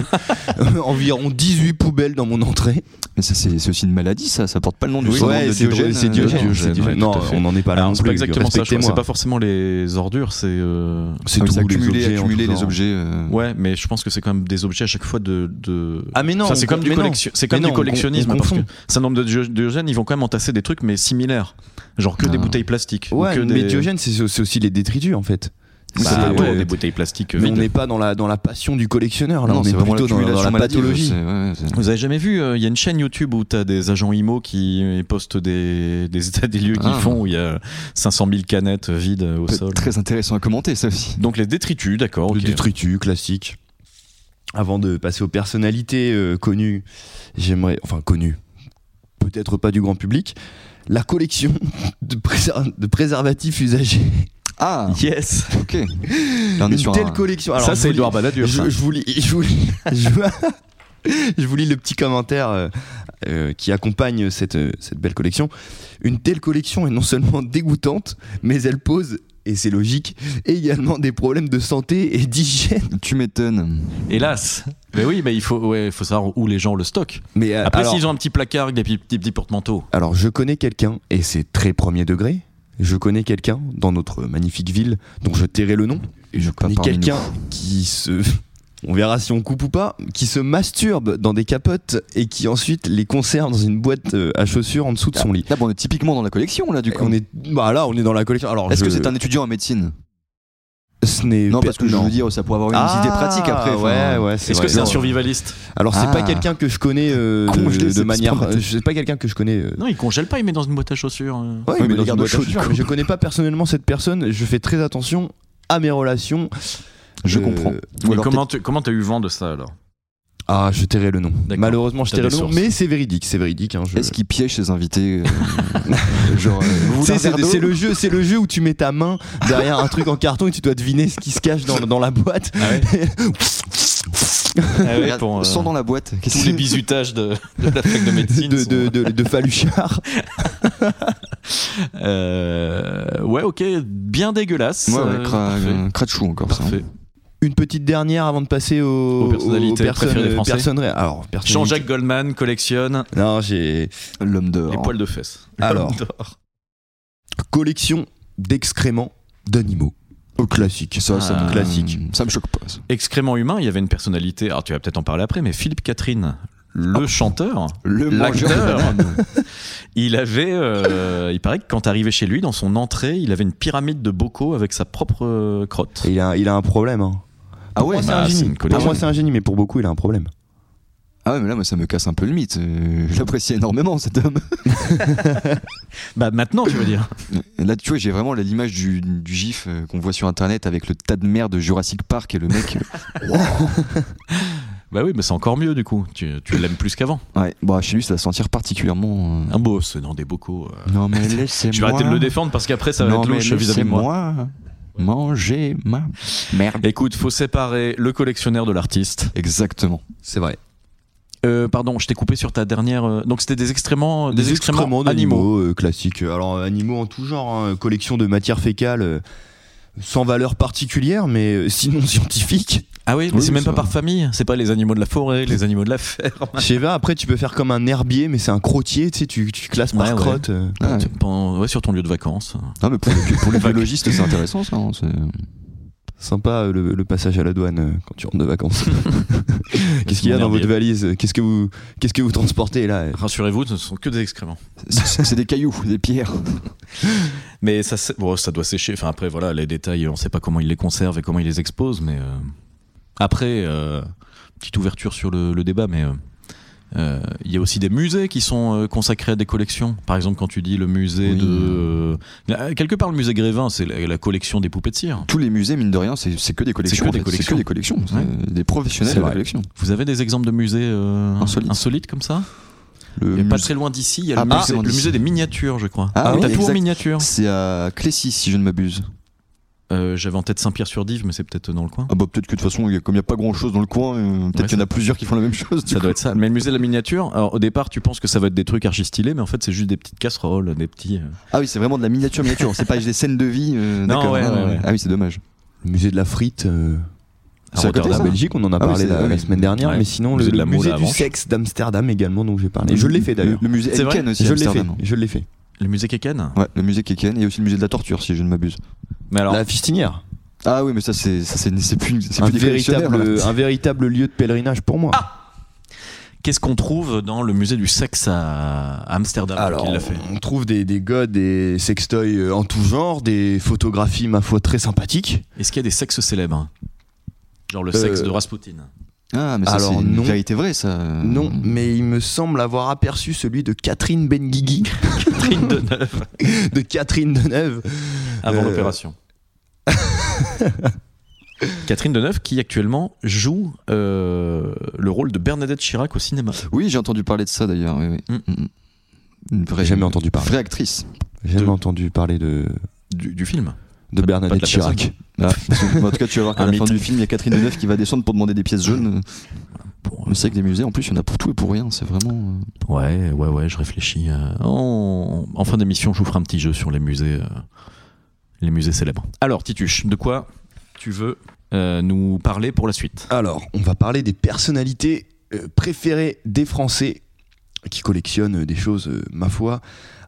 Speaker 6: euh, environ 18 poubelles dans mon entrée.
Speaker 7: Mais ça, c'est c'est aussi une maladie, ça. Ça porte pas le nom du
Speaker 6: Oui,
Speaker 7: syndrome
Speaker 6: ouais,
Speaker 7: de
Speaker 6: c'est
Speaker 7: Diogène,
Speaker 6: Diogène, c'est
Speaker 7: euh,
Speaker 6: Diogène,
Speaker 5: Diogène,
Speaker 6: c'est
Speaker 5: ouais,
Speaker 6: Diogène.
Speaker 5: tout
Speaker 6: Non,
Speaker 5: à fait.
Speaker 6: on n'en est pas là.
Speaker 5: Alors,
Speaker 6: non
Speaker 5: c'est pas
Speaker 6: plus,
Speaker 5: exactement ça, je crois.
Speaker 6: respectez-moi.
Speaker 5: C'est pas forcément les ordures, c'est. euh,
Speaker 6: C'est
Speaker 7: Ah oui,
Speaker 6: tous
Speaker 7: c'est
Speaker 6: les
Speaker 7: accumuler,
Speaker 6: objets en
Speaker 7: accumuler
Speaker 6: tout
Speaker 7: les
Speaker 6: genre.
Speaker 7: objets. euh,
Speaker 5: Ouais, mais je pense que c'est quand même des objets à chaque fois de. de...
Speaker 6: Mm. Ah mais non,
Speaker 5: ça, c'est
Speaker 6: on
Speaker 5: comme du,
Speaker 6: mais non.
Speaker 5: collection- c'est comme
Speaker 6: Mais
Speaker 5: du
Speaker 6: non, on-
Speaker 5: collectionnisme.
Speaker 6: on
Speaker 5: parce que
Speaker 6: confond.
Speaker 5: syndrome de Dio- Diogène, ils vont quand même entasser des trucs, mais similaires. Genre que des
Speaker 7: Ah.
Speaker 5: bouteilles plastiques. ou
Speaker 6: Ouais,
Speaker 5: que
Speaker 6: mais
Speaker 5: des-
Speaker 6: Diogène, c'est c'est aussi les détritus en fait.
Speaker 5: Bah,
Speaker 6: C'était-
Speaker 5: ouais,
Speaker 6: ouais.
Speaker 5: des bouteilles plastiques
Speaker 6: Mais on
Speaker 5: vides.
Speaker 6: n'est pas dans la, dans la passion du collectionneur, là,
Speaker 7: Non,
Speaker 6: on est
Speaker 7: c'est vraiment
Speaker 6: plutôt dans, dans la
Speaker 7: l'accumulation maladive,
Speaker 6: pathologie.
Speaker 7: c'est- ouais, c'est-
Speaker 5: Vous avez jamais vu, euh, il y a une chaîne YouTube où tu as des agents IMO qui postent des, des états des lieux qu'ils
Speaker 7: Ah.
Speaker 5: font où il y a 500 000 canettes vides euh, au
Speaker 7: peut-
Speaker 5: sol.
Speaker 7: Très intéressant à commenter, ça aussi.
Speaker 5: Donc les détritus, d'accord. ok.
Speaker 6: Le détritus classique. Avant de passer aux personnalités euh, connues, j'aimerais, enfin connues, peut-être pas du grand public, la collection de, préser- de préservatifs usagés.
Speaker 7: Ah,
Speaker 5: Yes.
Speaker 7: ok. Là, on est
Speaker 6: Une
Speaker 7: sur
Speaker 6: telle
Speaker 7: un-
Speaker 6: collection. Alors,
Speaker 5: ça
Speaker 6: je
Speaker 5: c'est
Speaker 6: vous lis-
Speaker 5: Edouard Balladur. ça.
Speaker 6: Je, je vous lis, je vous lis, je, vous- je vous lis le petit commentaire euh, euh, qui accompagne cette, euh, cette belle collection. Une telle collection est non seulement dégoûtante, mais elle pose, et c'est logique, également des problèmes de santé et d'hygiène.
Speaker 7: Tu m'étonnes.
Speaker 5: Hélas. Mais oui, mais il faut, ouais, faut savoir où les gens le stockent.
Speaker 6: Mais euh,
Speaker 5: Après,
Speaker 6: alors,
Speaker 5: s'ils ont un petit placard avec des petits, petits- petits porte-manteaux.
Speaker 6: alors, je connais quelqu'un, et c'est très premier degré. Je connais quelqu'un dans notre magnifique ville dont je tairai le nom.
Speaker 7: Et je
Speaker 6: Mais quelqu'un qui se. On verra si on coupe ou pas, qui se masturbe dans des capotes et qui ensuite les conserve dans une boîte euh, à chaussures en dessous de son lit.
Speaker 7: Là, bon, on est typiquement dans la collection, là, du coup.
Speaker 6: On est, bah là, on est dans la collection. Alors,
Speaker 7: Est-ce
Speaker 6: je-
Speaker 7: que c'est un étudiant en médecine
Speaker 6: ce n'est
Speaker 7: Non,
Speaker 6: pas-
Speaker 7: parce que je veux dire, ça pourrait avoir une
Speaker 6: Ah,
Speaker 7: idée pratique après.
Speaker 6: Ouais,
Speaker 7: enfin,
Speaker 6: ouais, c'est
Speaker 5: Est-ce
Speaker 6: vrai.
Speaker 5: que c'est un
Speaker 6: Non.
Speaker 5: survivaliste
Speaker 6: Alors, c'est pas
Speaker 7: Ah.
Speaker 6: quelqu'un que je connais euh,
Speaker 7: Con,
Speaker 6: de,
Speaker 7: je l'ai, c'est-
Speaker 6: de
Speaker 7: c'est
Speaker 6: manière.
Speaker 7: pas
Speaker 6: euh, je- C'est pas quelqu'un que je connais. euh,
Speaker 5: Non, il congèle pas, il met dans une boîte à chaussures. euh.
Speaker 6: Ouais,
Speaker 7: Oui,
Speaker 6: mais
Speaker 7: mais
Speaker 6: dans
Speaker 7: les
Speaker 6: une
Speaker 7: gardes
Speaker 6: boîte à
Speaker 7: chaudes, du
Speaker 6: chaussures.
Speaker 7: coup.
Speaker 6: Mais Je connais pas personnellement cette personne. Je fais très attention à mes relations.
Speaker 7: Je
Speaker 6: Euh,
Speaker 7: comprends.
Speaker 5: Mais
Speaker 7: Ou alors
Speaker 5: comment tu comment t'as eu vent de ça alors
Speaker 6: Ah, je tairai le nom.
Speaker 5: D'accord.
Speaker 6: Malheureusement, je
Speaker 5: T'as
Speaker 6: tairai
Speaker 5: des
Speaker 6: le nom.
Speaker 5: sources.
Speaker 6: Mais c'est véridique, c'est véridique. hein, je-
Speaker 7: Est-ce qu'il piège ses invités euh, Genre, euh, vous voulez
Speaker 6: Tu
Speaker 7: un
Speaker 6: sais, C'est
Speaker 7: verre d'eau
Speaker 6: c'est le jeu, c'est le jeu où tu mets ta main derrière un truc en carton et tu dois deviner ce qui se cache dans, dans la boîte.
Speaker 5: Ah
Speaker 7: Regarde,
Speaker 5: pour, euh,
Speaker 7: Sans dans la boîte.
Speaker 5: Tous les bisutages de, de la fac de médecine.
Speaker 6: de,
Speaker 5: sont-
Speaker 6: de, de, de Faluchard.
Speaker 5: Euh, ouais, ok, bien dégueulasse.
Speaker 7: Ouais, ouais,
Speaker 5: euh,
Speaker 7: cra-
Speaker 5: parfait.
Speaker 7: euh, crachou encore ça.
Speaker 5: Parfait.
Speaker 6: Une petite dernière avant de passer aux,
Speaker 5: Aux personnalités
Speaker 6: personnes, euh,
Speaker 5: préférées des Français.
Speaker 6: personnes- Alors, personnes-
Speaker 5: Jean-Jacques Goldman collectionne
Speaker 6: Non, j'ai
Speaker 7: L'homme dehors.
Speaker 5: les poils de fesses.
Speaker 6: Alors.
Speaker 5: L'homme d'or.
Speaker 6: collection d'excréments d'animaux. Au classique.
Speaker 7: Ça, ça
Speaker 5: Ah.
Speaker 7: me-
Speaker 6: Classique.
Speaker 7: Ça me choque pas. ça.
Speaker 5: excrément humain, il y avait une personnalité. Alors tu vas peut-être en parler après, mais Philippe Catherine, le chanteur,
Speaker 7: Le mangeur de
Speaker 5: l'acteur,
Speaker 7: bananes.
Speaker 5: il avait, euh, il paraît que quand arrivait chez lui, dans son entrée, il avait une pyramide de bocaux avec sa propre euh, crotte.
Speaker 6: Et il a, il a un problème. hein.
Speaker 7: Ah ouais,
Speaker 6: Pour moi, c'est
Speaker 5: bah,
Speaker 6: un
Speaker 5: c'est
Speaker 6: génie.
Speaker 5: une
Speaker 6: Pour
Speaker 5: collection.
Speaker 6: moi, c'est un génie, mais pour beaucoup, il a un problème.
Speaker 7: Ah ouais, mais là, moi, ça me casse un peu le mythe. Euh, Je l'apprécie énormément, cet homme.
Speaker 5: Bah maintenant, tu veux dire.
Speaker 7: Là, tu vois, j'ai vraiment là, l'image du, du gif euh, qu'on voit sur internet avec le tas de merde de Jurassic Park et le mec.
Speaker 5: Bah oui, mais c'est encore mieux du coup. Tu, tu l'aimes plus qu'avant.
Speaker 7: ouais, bah, chez lui, ça va sentir particulièrement. euh,
Speaker 5: Un beau, c'est dans des bocaux. euh.
Speaker 7: Non, mais laissez-moi.
Speaker 5: Je vais arrêter de le défendre parce qu'après ça va
Speaker 7: non,
Speaker 5: être
Speaker 7: mais
Speaker 5: louche vis-à-vis de moi.
Speaker 7: laissez-moi Manger ma merde.
Speaker 5: Écoute, faut séparer le collectionneur de l'artiste.
Speaker 7: Exactement.
Speaker 6: C'est vrai.
Speaker 5: Euh, pardon, je t'ai coupé sur ta dernière. euh, donc c'était des excréments, des, excréments, animaux.
Speaker 6: d'animaux, euh, classiques. Alors, euh, animaux en tout genre, hein, collection de matière fécale euh, sans valeur particulière, mais euh, sinon scientifique.
Speaker 5: Ah oui, mais
Speaker 7: Oui,
Speaker 5: c'est même
Speaker 7: ça
Speaker 5: pas
Speaker 7: va.
Speaker 5: par famille. C'est pas les animaux de la forêt, les animaux de la ferme.
Speaker 6: Je sais pas, après tu peux faire comme un herbier, mais c'est un crottier, tu sais, tu, tu classes par
Speaker 5: Ouais, ouais.
Speaker 6: crotte. euh.
Speaker 7: Ah, ouais.
Speaker 5: Tu penses- ouais, sur ton lieu de vacances.
Speaker 7: Non, mais pour les, pour les biologistes, c'est intéressant ça. hein, c'est-
Speaker 6: Sympa euh, le, le passage à la douane euh, quand tu rentres de vacances. Qu'est-ce qu'il y a
Speaker 5: Mon
Speaker 6: dans votre
Speaker 5: herbier.
Speaker 6: valise Qu'est-ce que vous, qu'est-ce que vous transportez là
Speaker 5: Rassurez-vous, ce ne sont que des excréments.
Speaker 7: C'est c'est des cailloux, des pierres.
Speaker 5: Mais ça, sé- bon, ça doit sécher. Enfin, après, voilà, les détails, on ne sait pas comment ils les conservent et comment ils les exposent. Mais euh, après, euh, petite ouverture sur le, le débat, mais euh, euh, il y a aussi des musées qui sont euh, consacrés à des collections. Par exemple, quand tu dis le musée
Speaker 7: Oui.
Speaker 5: de. euh, quelque part, le musée Grévin, c'est la, la collection des poupées de cire.
Speaker 7: Tous les musées, mine de rien, c'est c'est que des collections.
Speaker 5: que
Speaker 7: en
Speaker 5: des
Speaker 7: fait.
Speaker 5: collections.
Speaker 7: des collections. C'est
Speaker 5: Ouais.
Speaker 7: Des professionnels
Speaker 6: C'est
Speaker 7: de la
Speaker 6: vrai.
Speaker 7: collection.
Speaker 5: Vous avez des exemples de musées euh,
Speaker 7: Insolites.
Speaker 5: insolites comme ça
Speaker 7: Le
Speaker 5: Et Pas
Speaker 7: musée-
Speaker 5: très loin d'ici, il y a
Speaker 7: Ah,
Speaker 5: le,
Speaker 7: pas
Speaker 5: musée,
Speaker 7: très loin
Speaker 5: le
Speaker 7: d'ici.
Speaker 5: musée des miniatures, je crois.
Speaker 7: Ah
Speaker 5: Les
Speaker 7: oui,
Speaker 5: tatous en
Speaker 7: exact.
Speaker 5: miniature.
Speaker 7: C'est à Clécy, si je ne m'abuse.
Speaker 5: Euh, J'avais en tête Saint-Pierre-sur-Dive, mais c'est peut-être dans le coin.
Speaker 7: Ah bah peut-être que de toute façon, il y a- comme il n'y a pas grand-chose dans le coin, euh, peut-être
Speaker 5: Ouais,
Speaker 7: qu'il y en a plusieurs qui font la même chose. du
Speaker 5: Ça
Speaker 7: coup.
Speaker 5: doit être ça. Mais le musée de la miniature, alors, au départ, tu penses que ça va être des trucs archi stylés, mais en fait, c'est juste des petites casseroles, des petits. euh,
Speaker 7: Ah oui, c'est vraiment de la miniature, miniature. c'est pas des scènes de vie. euh, d'accord.
Speaker 5: ouais,
Speaker 7: ah,
Speaker 5: ouais, ouais.
Speaker 7: ah oui, c'est dommage.
Speaker 6: Le musée de la frite, euh,
Speaker 5: à
Speaker 6: c'est à côté de
Speaker 5: Rotterdam.
Speaker 6: la Belgique, on en a
Speaker 7: Ah oui,
Speaker 6: parlé
Speaker 7: c'est-
Speaker 6: la,
Speaker 7: oui.
Speaker 6: la semaine dernière,
Speaker 5: Ouais.
Speaker 6: mais sinon
Speaker 5: Musée
Speaker 6: le,
Speaker 5: de la
Speaker 6: le
Speaker 5: Mole à
Speaker 6: musée du
Speaker 5: Avranches.
Speaker 6: sexe d'Amsterdam également, dont j'ai parlé. Je l'ai fait d'ailleurs.
Speaker 7: Le, le musée
Speaker 5: C'est vrai
Speaker 7: Eken aussi.
Speaker 6: Je
Speaker 7: à
Speaker 6: l'ai fait,
Speaker 7: Amsterdam.
Speaker 6: je l'ai fait.
Speaker 5: Le musée Keken.
Speaker 7: Ouais, le musée Eken et aussi le musée de la torture, si je ne m'abuse.
Speaker 5: Mais alors,
Speaker 6: la fistinière,
Speaker 7: Ah oui, mais ça, c'est ça, c'est- c'est plus, une- c'est
Speaker 6: un
Speaker 7: plus des collectionneurs,
Speaker 6: véritable,
Speaker 7: là.
Speaker 6: un véritable lieu de pèlerinage pour moi.
Speaker 5: qu'est-ce qu'on trouve dans le musée du sexe à Amsterdam
Speaker 6: Alors,
Speaker 5: qui l'a fait
Speaker 6: on trouve des, des godes, des sextoys euh, en tout genre, des photographies, ma foi, très sympathiques.
Speaker 5: Est-ce qu'il y a des sexes célèbres Genre le sexe
Speaker 6: Euh,
Speaker 5: de Rasputin.
Speaker 7: Ah, mais ça,
Speaker 6: Alors,
Speaker 7: c'est une
Speaker 6: non.
Speaker 7: vérité vraie, ça.
Speaker 6: Non, mais il me semble avoir aperçu celui de Catherine Benguigui,
Speaker 5: Catherine Deneuve
Speaker 6: de Catherine Deneuve.
Speaker 5: avant
Speaker 6: Euh,
Speaker 5: l'opération. Catherine Deneuve qui actuellement joue euh, le rôle de Bernadette Chirac au cinéma.
Speaker 7: Oui, j'ai entendu parler de ça d'ailleurs. Oui, oui.
Speaker 5: Mm.
Speaker 7: Mm. Une vraie,
Speaker 6: Jamais entendu parler.
Speaker 7: vraie actrice.
Speaker 6: J'ai
Speaker 5: de-
Speaker 6: jamais entendu parler de,
Speaker 5: Du, du film.
Speaker 6: de Bernadette
Speaker 5: pas de la
Speaker 6: Chirac.
Speaker 7: en tout cas, tu vas voir qu'à
Speaker 5: Un
Speaker 7: la fin
Speaker 5: mythe.
Speaker 7: du film, il y a Catherine Deneuve qui va descendre pour demander des pièces jaunes.
Speaker 5: Pour,
Speaker 7: On sait que des musées, en plus, il y en a pour tout et pour rien. C'est vraiment. euh,
Speaker 5: Ouais, ouais, ouais, je réfléchis. euh, en, en fin d'émission, je vous ferai un petit jeu sur les musées, euh, les musées célèbres. Alors, Tituche, de quoi tu veux euh, nous parler pour la suite
Speaker 6: Alors, on va parler des personnalités euh, préférées des Français qui collectionnent euh, des choses, euh, ma foi,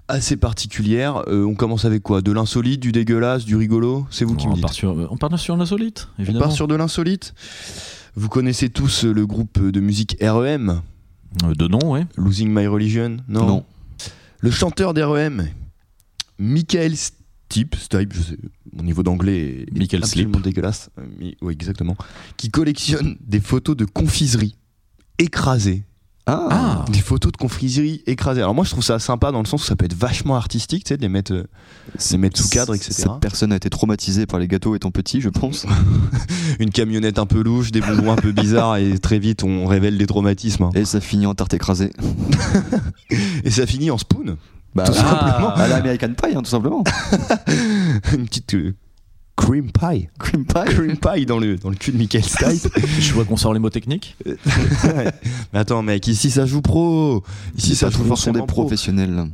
Speaker 6: assez particulières. Euh, on commence avec quoi De l'insolite, du dégueulasse, du rigolo C'est vous qui me
Speaker 5: on,
Speaker 6: dites.
Speaker 5: part sur, on part sur l'insolite,
Speaker 6: On
Speaker 5: évidemment.
Speaker 6: part sur de l'insolite. Vous connaissez tous euh, le groupe euh, de musique REM,
Speaker 5: Euh, de nom, ouais.
Speaker 6: Losing My Religion Non.
Speaker 7: Non.
Speaker 6: Le chanteur d'REM, Michael Stipe, Stipe, je sais, mon niveau d'anglais est
Speaker 5: Michael
Speaker 6: absolument dégueulasse. Euh, mi- Oui, exactement. Qui collectionne des photos de confiseries écrasées.
Speaker 5: Ah,
Speaker 6: Des photos de confiseries écrasées. Alors moi, je trouve ça sympa dans le sens où ça peut être vachement artistique, tu sais, de les mettre, euh, de les mettre sous cadre, etc.
Speaker 7: Cette personne a été traumatisée par les gâteaux étant petit, je pense.
Speaker 6: Une camionnette un peu louche, des bonbons un peu bizarres, et très vite, on révèle des traumatismes. hein.
Speaker 7: Et ça finit en tarte écrasée.
Speaker 6: Et ça finit en spoon.
Speaker 7: Bah,
Speaker 6: Tout
Speaker 7: à-
Speaker 5: simplement.
Speaker 7: À l'American Pie, hein, tout simplement.
Speaker 6: Une petite euh, cream pie.
Speaker 7: Cream Pie.
Speaker 6: Cream pie dans le, dans le cul de Michael Stipe.
Speaker 5: je vois qu'on sort les mots techniques.
Speaker 6: Mais attends, mec, ici ça joue pro. Ici
Speaker 7: Si
Speaker 6: ça
Speaker 7: ça,
Speaker 6: joue
Speaker 7: je trouve, sont
Speaker 6: forcément
Speaker 7: des
Speaker 6: pro.
Speaker 7: professionnels.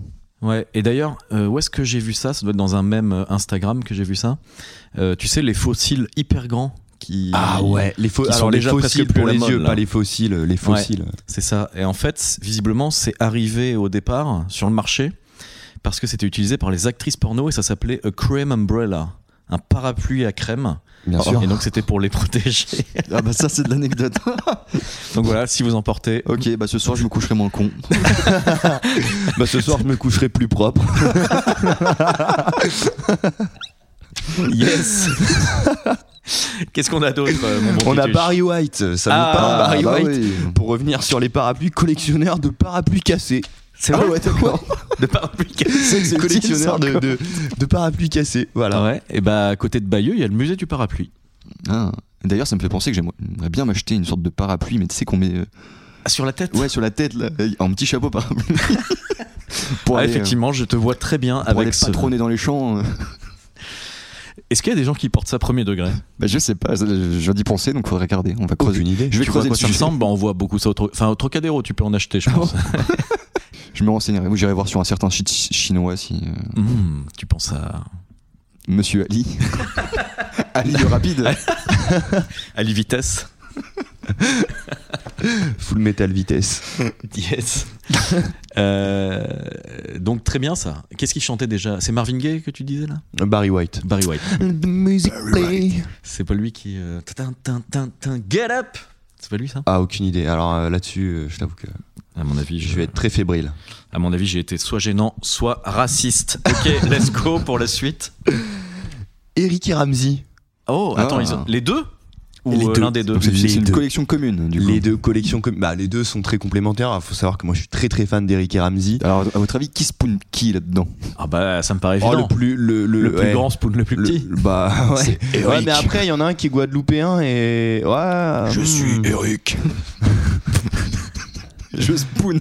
Speaker 5: Ouais, et d'ailleurs, euh, où est-ce que j'ai vu ça Ça doit être dans un même euh, Instagram que j'ai vu ça. Euh, tu sais, les fossiles hyper grands qui.
Speaker 6: Ah ouais, les faux,
Speaker 5: Qui sont
Speaker 6: alors les
Speaker 5: déjà
Speaker 6: fossiles
Speaker 5: presque plus
Speaker 6: pour
Speaker 5: à la
Speaker 6: les
Speaker 5: mode,
Speaker 6: yeux,
Speaker 5: là.
Speaker 6: pas les fossiles, les fossiles.
Speaker 5: C'est ça. Et en fait, c- visiblement, c'est arrivé au départ sur le marché parce que c'était utilisé par les actrices porno et ça s'appelait a cream umbrella, un parapluie à crème.
Speaker 6: Bien
Speaker 5: Et donc c'était pour les protéger.
Speaker 7: Oh, Ah bah ça c'est de l'anecdote.
Speaker 5: donc voilà, si vous en portez.
Speaker 7: ok, bah ce soir je me coucherai moins con.
Speaker 6: bah ce soir je me coucherai plus propre.
Speaker 5: Yes. Qu'est-ce qu'on a d'autre euh, mon bon
Speaker 6: On a
Speaker 5: Pituche
Speaker 6: Barry White, ça
Speaker 5: Ah,
Speaker 6: nous parle Barry
Speaker 7: bah
Speaker 6: White.
Speaker 7: oui.
Speaker 6: Pour revenir sur les parapluis collectionneurs de parapluies cassés.
Speaker 5: C'est
Speaker 6: Ah
Speaker 5: vrai
Speaker 6: ouais, d'accord.
Speaker 5: de parapluie.
Speaker 7: utile,
Speaker 6: collectionneur
Speaker 7: ça,
Speaker 6: de,
Speaker 7: encore.
Speaker 6: de, de parapluies cassés. Voilà.
Speaker 5: ouais. Et bah à côté de Bayeux, il y a le musée du parapluie.
Speaker 7: Ah. Et D'ailleurs ça me fait penser que j'aimerais j'aimerais bien m'acheter une sorte de parapluie, mais tu sais qu'on met euh,
Speaker 5: Ah, sur la tête.
Speaker 7: ouais sur la tête là, un petit chapeau parapluie. pour
Speaker 5: Ah,
Speaker 7: aller, euh,
Speaker 5: effectivement, je te vois très bien
Speaker 7: pour aller
Speaker 5: avec ce.
Speaker 7: patronner dans les champs. euh.
Speaker 5: Est-ce qu'il y a des gens qui portent ça premier degré
Speaker 7: Bah je sais pas, ça, je viens d'y penser donc faudrait regarder. On va creuser.
Speaker 6: Aucune idée.
Speaker 7: Je vais
Speaker 5: Tu vois à
Speaker 7: creuser le
Speaker 5: quoi ça
Speaker 7: sujet. Ah
Speaker 5: ressemble Bah, On voit beaucoup ça au, tro- enfin, au Trocadéro, tu peux en acheter, je pense.
Speaker 7: Je me renseignerai. Ou J'irai voir sur un certain site chi- chinois si euh,
Speaker 5: Hmm, tu penses à
Speaker 7: Monsieur Ali. Ali le rapide.
Speaker 5: Ali Vitesse
Speaker 6: Full metal vitesse.
Speaker 5: Yes. Euh, donc très bien ça. Qu'est-ce qu'il chantait déjà C'est Marvin Gaye que tu disais là
Speaker 6: Barry White.
Speaker 5: Barry White.
Speaker 6: The music play.
Speaker 5: C'est pas lui qui... euh, tin, tin, tin, tin, get up C'est pas lui ça
Speaker 6: Ah, aucune idée. Alors euh, là-dessus, euh, je t'avoue que
Speaker 5: À mon avis,
Speaker 6: je vais être très fébrile.
Speaker 5: À mon avis, j'ai été soit gênant, soit raciste. Ok, let's go pour la suite.
Speaker 6: Eric et Ramsey.
Speaker 5: Oh, attends,
Speaker 7: Ah.
Speaker 5: ils ont... les deux Ou
Speaker 6: Les
Speaker 5: euh,
Speaker 6: deux.
Speaker 5: l'un des deux
Speaker 7: Donc, C'est
Speaker 6: Les
Speaker 7: c'est une
Speaker 6: deux.
Speaker 7: collection commune du coup.
Speaker 6: Les deux collections, com- bah, les deux sont très complémentaires. Il faut savoir que moi, je suis très très fan d'Eric et Ramsey.
Speaker 5: Bah,
Speaker 7: Alors à votre avis qui spoon qui là-dedans
Speaker 5: Ah bah ça me paraît
Speaker 6: Oh,
Speaker 5: évident.
Speaker 6: le plus, le, le,
Speaker 5: Le plus
Speaker 6: ouais.
Speaker 5: grand spoon, le plus
Speaker 6: Le-
Speaker 5: petit.
Speaker 6: le- bah ouais.
Speaker 5: C'est
Speaker 6: Ouais,
Speaker 5: Eric.
Speaker 6: mais après, il y en a un qui est guadeloupéen et ouais. hmm.
Speaker 7: Eric. je spoon.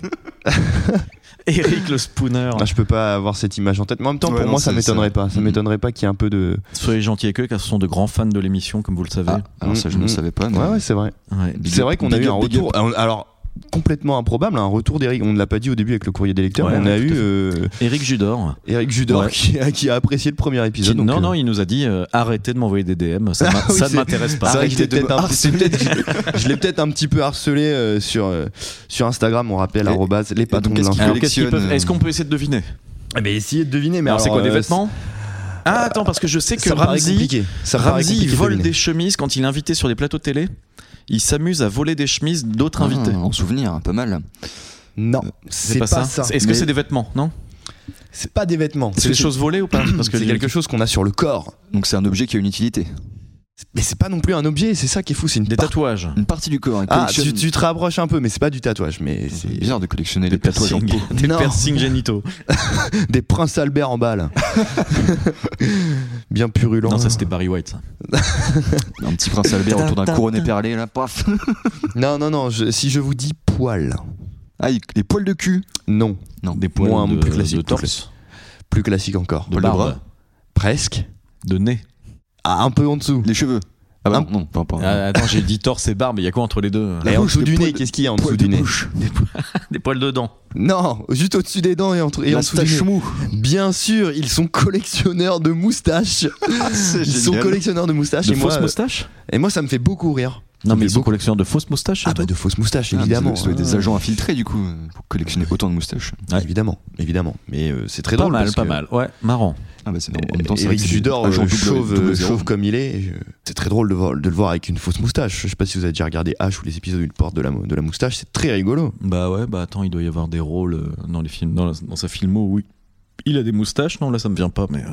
Speaker 5: Eric le spooner.
Speaker 6: Ah, je peux pas avoir cette image en tête. Mais en même temps,
Speaker 7: Ouais,
Speaker 6: pour
Speaker 7: non,
Speaker 6: moi, ça
Speaker 7: c'est-
Speaker 6: m'étonnerait
Speaker 7: c'est-
Speaker 6: pas. Ça
Speaker 7: Mhm.
Speaker 6: m'étonnerait pas qu'il y ait un peu de.
Speaker 5: Soyez gentils avec eux car ce sont de grands fans de l'émission comme vous le savez.
Speaker 7: Ah, Alors ça je ne
Speaker 6: Mm,
Speaker 7: le
Speaker 6: mm.
Speaker 7: savais pas. mais-
Speaker 6: Ouais, ouais, c'est vrai.
Speaker 5: Ouais.
Speaker 7: Big
Speaker 6: C'est
Speaker 7: up,
Speaker 6: vrai qu'on a
Speaker 7: big
Speaker 6: eu
Speaker 7: up,
Speaker 6: un
Speaker 7: big up.
Speaker 6: retour. Alors complètement improbable, un retour d'Eric. On ne l'a pas dit au début avec le courrier des lecteurs.
Speaker 5: Ouais,
Speaker 6: mais on
Speaker 5: ouais,
Speaker 6: a
Speaker 5: tout
Speaker 6: eu
Speaker 5: à fait.
Speaker 6: euh,
Speaker 5: Eric Judor.
Speaker 6: Eric Judor
Speaker 5: Ouais.
Speaker 6: qui, a, qui a apprécié le premier
Speaker 5: Qui-
Speaker 6: épisode. donc,
Speaker 5: non,
Speaker 6: euh,
Speaker 5: non, il nous a dit euh, arrêtez de m'envoyer des DM, ça, m'a-
Speaker 6: Ah oui,
Speaker 5: ça ne
Speaker 6: c'est-
Speaker 5: m'intéresse pas.
Speaker 6: C'est vrai que
Speaker 7: Arrêtez
Speaker 6: j'étais
Speaker 7: de
Speaker 6: peut-être
Speaker 7: me
Speaker 5: Ah,
Speaker 6: un- c'est peut-être- je je l'ai peut-être un petit peu harcelé euh, sur, euh, sur Instagram, on rappelle,
Speaker 7: Et-
Speaker 6: arrobase, les patrons de
Speaker 7: qu'est-ce qu'il
Speaker 6: l'info.
Speaker 5: Alors, qu'est-ce qu'ils
Speaker 7: collectionne,
Speaker 5: peuvent-
Speaker 7: euh,
Speaker 5: Est-ce qu'on peut essayer de deviner
Speaker 6: Eh ben, essayez de deviner, mais
Speaker 5: Alors, C'est
Speaker 6: alors,
Speaker 5: quoi des
Speaker 6: euh,
Speaker 5: vêtements Ah, attends, parce que je sais que
Speaker 6: ça me paraît
Speaker 5: Ramsey,
Speaker 6: compliqué. Ça me paraît
Speaker 5: Ramsey il
Speaker 6: compliqué de
Speaker 5: vole
Speaker 6: deviner.
Speaker 5: des chemises quand il est invité sur des plateaux télé. Il s'amuse à voler des chemises d'autres invités.
Speaker 7: Ah, en souvenir, pas mal.
Speaker 6: Non, c'est pas, ça.
Speaker 5: Est-ce que
Speaker 6: Mais
Speaker 5: c'est des vêtements Non
Speaker 6: c'est pas des vêtements
Speaker 5: C'est des choses volées ou pas Parce que
Speaker 6: C'est quelque chose qu'on a sur le corps.
Speaker 7: Donc c'est un objet qui a une utilité.
Speaker 6: Mais c'est pas non plus un objet, c'est ça qui est fou, c'est une
Speaker 5: Des
Speaker 6: part-
Speaker 5: tatouages.
Speaker 7: Une partie du corps. elle
Speaker 6: Ah,
Speaker 7: collectionne-
Speaker 6: tu, tu te rapproches un peu, mais c'est pas du tatouage, mais
Speaker 7: C'est
Speaker 6: c'est
Speaker 7: bizarre de collectionner les tatouages en peau.
Speaker 5: Des
Speaker 6: Non.
Speaker 5: piercings génitaux.
Speaker 6: des princes Albert en balle. Bien purulent.
Speaker 5: Non, ça c'était Barry White. ça.
Speaker 7: Un petit prince Albert autour d'un couronne éperlé, là, paf.
Speaker 6: non, non, non, je- si je vous dis poil,
Speaker 7: Ah, il- les poils de cul.
Speaker 6: non,
Speaker 7: Non.
Speaker 5: Des poils
Speaker 6: Moins,
Speaker 5: de,
Speaker 6: plus classique,
Speaker 5: de
Speaker 6: plus
Speaker 5: torse,
Speaker 6: plus classique encore.
Speaker 5: de
Speaker 7: Poils de
Speaker 5: barbe,
Speaker 7: bras.
Speaker 6: Presque.
Speaker 5: de nez.
Speaker 6: Ah, un peu en dessous.
Speaker 7: Les cheveux. Ah bah
Speaker 6: Un-
Speaker 7: non, non, pas, pas-
Speaker 5: Ah, attends, j'ai dit torse et barbe, mais il y a quoi entre les deux euh
Speaker 6: Et en
Speaker 7: bouche,
Speaker 6: dessous
Speaker 7: les
Speaker 6: du
Speaker 7: poils
Speaker 6: nez,
Speaker 7: de-
Speaker 6: qu'est-ce qu'il y a en
Speaker 7: poils
Speaker 6: dessous
Speaker 7: de
Speaker 6: du nez
Speaker 7: bouche.
Speaker 5: Des poils de dents.
Speaker 6: Non, juste au-dessus des dents et en, et en
Speaker 7: La
Speaker 6: dessous du
Speaker 7: stache
Speaker 6: nez.
Speaker 7: mou.
Speaker 6: Bien sûr, ils sont collectionneurs de moustaches.
Speaker 7: C'est
Speaker 6: Ils sont
Speaker 7: génial.
Speaker 6: collectionneurs de moustaches.
Speaker 5: De
Speaker 6: et, moi,
Speaker 5: fausses
Speaker 6: euh,
Speaker 5: moustaches
Speaker 6: et moi, ça me fait beaucoup rire.
Speaker 5: Non,
Speaker 6: Ça me
Speaker 5: mais ils
Speaker 6: fait
Speaker 5: sont
Speaker 6: beaucoup-
Speaker 5: collectionneurs de fausses moustaches euh,
Speaker 6: Ah
Speaker 5: surtout
Speaker 6: bah de fausses moustaches,
Speaker 7: Ah, mais
Speaker 6: évidemment. bah
Speaker 7: Ça doit être
Speaker 6: Ah.
Speaker 7: des agents infiltrés, du coup, euh, pour collectionner autant de moustaches.
Speaker 5: Ouais.
Speaker 6: Évidemment, évidemment. Mais euh, c'est très
Speaker 5: Pas
Speaker 6: drôle.
Speaker 5: mal,
Speaker 6: parce
Speaker 5: pas
Speaker 6: que
Speaker 5: mal. Ouais, marrant.
Speaker 7: Ah bah c'est en même temps, c'est vrai
Speaker 6: Eric
Speaker 7: que c'est
Speaker 6: Judor, euh,
Speaker 7: agent double-
Speaker 6: chauve,
Speaker 7: double
Speaker 6: euh,
Speaker 7: zéro.
Speaker 6: chauve comme il est, et, euh, c'est très drôle de, voir- de le voir avec une fausse moustache. Je sais pas si vous avez déjà regardé H ou les épisodes où il porte de la, mo- de la moustache, c'est très rigolo.
Speaker 5: Bah ouais, bah attends, il doit y avoir des rôles euh, dans les films, dans, la- dans sa filmo, oui. Il a des moustaches, non là ça me vient pas, mais euh,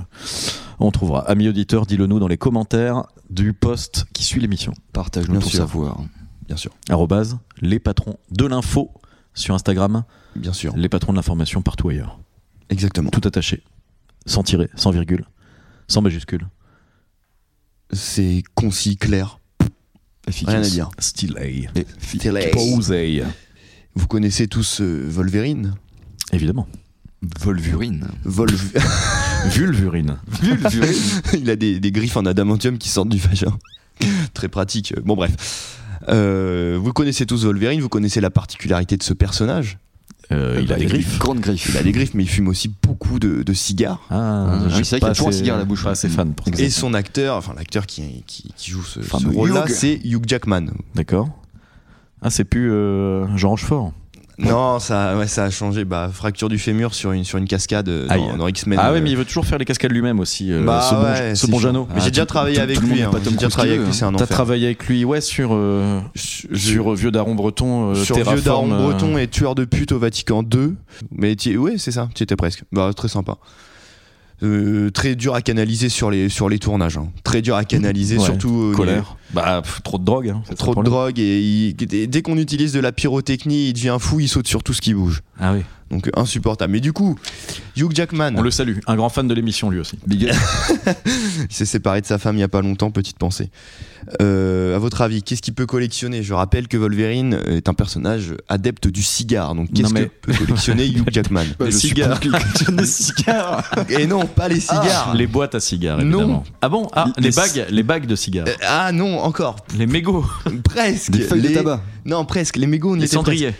Speaker 5: on trouvera. Ami auditeur, dis-le nous dans les commentaires du post qui suit l'émission.
Speaker 7: Partage-nous
Speaker 6: Bien
Speaker 7: ton
Speaker 6: sûr.
Speaker 7: savoir.
Speaker 6: Bien sûr,
Speaker 5: Arrobase, les patrons de l'info sur Instagram,
Speaker 6: bien sûr.
Speaker 5: les patrons de l'information partout ailleurs.
Speaker 6: Exactement.
Speaker 5: Tout attaché, sans tirer, sans virgule, sans majuscule.
Speaker 6: C'est concis, clair.
Speaker 7: Efficace.
Speaker 6: Rien à dire.
Speaker 5: Stylé.
Speaker 6: Stylé.
Speaker 5: Posé.
Speaker 6: Vous connaissez tous euh, Wolverine
Speaker 5: Évidemment.
Speaker 7: Volvurine.
Speaker 6: Volv-
Speaker 5: Vulvurine.
Speaker 7: Vulvurine.
Speaker 6: il a des, des griffes en adamantium qui sortent du vagin. Très pratique. Bon, bref. Euh, vous connaissez tous Wolverine, vous connaissez la particularité de ce personnage.
Speaker 5: Euh,
Speaker 6: Bah,
Speaker 5: il a des griffes.
Speaker 7: Grande griffe.
Speaker 6: Il a des griffes, mais il fume aussi beaucoup de, de cigares.
Speaker 5: Ah,
Speaker 7: Ah,
Speaker 5: je
Speaker 7: oui,
Speaker 5: suis
Speaker 7: c'est vrai qu'il
Speaker 5: pas
Speaker 7: y a toujours un
Speaker 5: assez-
Speaker 7: cigare à la bouche.
Speaker 5: Pas assez fan pour ça.
Speaker 6: Et son acteur, enfin l'acteur qui, qui, qui joue ce, ce
Speaker 7: Fameux
Speaker 6: rôle-là,
Speaker 7: Hugh.
Speaker 6: c'est Hugh Jackman.
Speaker 5: D'accord. Ah, c'est plus euh, Jean Rochefort.
Speaker 6: Non, ça, ouais, ça a changé. Bah, fracture du fémur sur une, sur une cascade euh,
Speaker 5: Aïe.
Speaker 6: dans, dans X-Men.
Speaker 5: ah ouais,
Speaker 6: euh,
Speaker 5: mais il veut toujours faire les cascades lui-même aussi, euh,
Speaker 6: bah,
Speaker 5: ce, bon,
Speaker 6: ouais,
Speaker 5: ce
Speaker 6: c'est
Speaker 5: bon
Speaker 6: chiant.
Speaker 5: Jeannot.
Speaker 6: Mais j'ai déjà travaillé
Speaker 7: tout-
Speaker 6: avec
Speaker 7: tout le
Speaker 6: lui.
Speaker 7: monde
Speaker 6: hein.
Speaker 7: n'est pas Tom
Speaker 6: J'ai déjà
Speaker 7: Cruise
Speaker 6: travaillé
Speaker 7: qui
Speaker 6: avec lui,
Speaker 7: veut,
Speaker 6: c'est un
Speaker 5: T'as
Speaker 6: enfer.
Speaker 5: travaillé avec lui, ouais, sur, euh,
Speaker 6: Je- je-
Speaker 5: sur euh, Vieux Daron Breton. euh,
Speaker 6: sur vieux
Speaker 5: Terraform,
Speaker 6: daron
Speaker 5: euh,
Speaker 6: breton et tueur de pute au Vatican II. Mais t'y- ouais, c'est ça, tu étais presque. Bah, très sympa. Euh, très dur à canaliser sur les, sur les tournages. hein. Très dur à canaliser,
Speaker 5: Ouais,
Speaker 6: surtout. euh,
Speaker 5: Colère. Bah, pff, trop de drogue. hein,
Speaker 6: les-
Speaker 5: c'est
Speaker 6: Trop
Speaker 5: ça
Speaker 6: de
Speaker 5: le problème.
Speaker 6: drogue et il- dès dès qu'on utilise de la pyrotechnie, il devient fou, il saute sur tout ce qui bouge.
Speaker 5: Ah oui.
Speaker 6: Donc euh, insupportable. Mais du coup, Hugh Jackman,
Speaker 5: On le salue. Un grand fan de l'émission, lui aussi.
Speaker 7: Big up.
Speaker 6: il s'est séparé de sa femme il y a pas longtemps, petite pensée. Euh, à votre avis, qu'est-ce qu'il peut collectionner Je rappelle que Wolverine est un personnage adepte du cigare. Donc qu'est-ce
Speaker 5: mais-
Speaker 6: que peut collectionner Hugh Jackman
Speaker 7: Bah,
Speaker 5: Les cigares.
Speaker 7: Les cigares.
Speaker 6: Et non, pas les
Speaker 7: Ah,
Speaker 6: cigares.
Speaker 5: Ah. Les boîtes à cigares,
Speaker 6: Non.
Speaker 5: évidemment. Ah bon Ah, les, Euh,
Speaker 6: Les-
Speaker 5: bagues, les bagues de cigares.
Speaker 6: Euh, ah non, encore.
Speaker 5: les mégots.
Speaker 6: Presque.
Speaker 7: Des feuilles de tabac.
Speaker 6: Non, presque. Les mégots, on y
Speaker 5: Les
Speaker 6: était
Speaker 5: cendriers.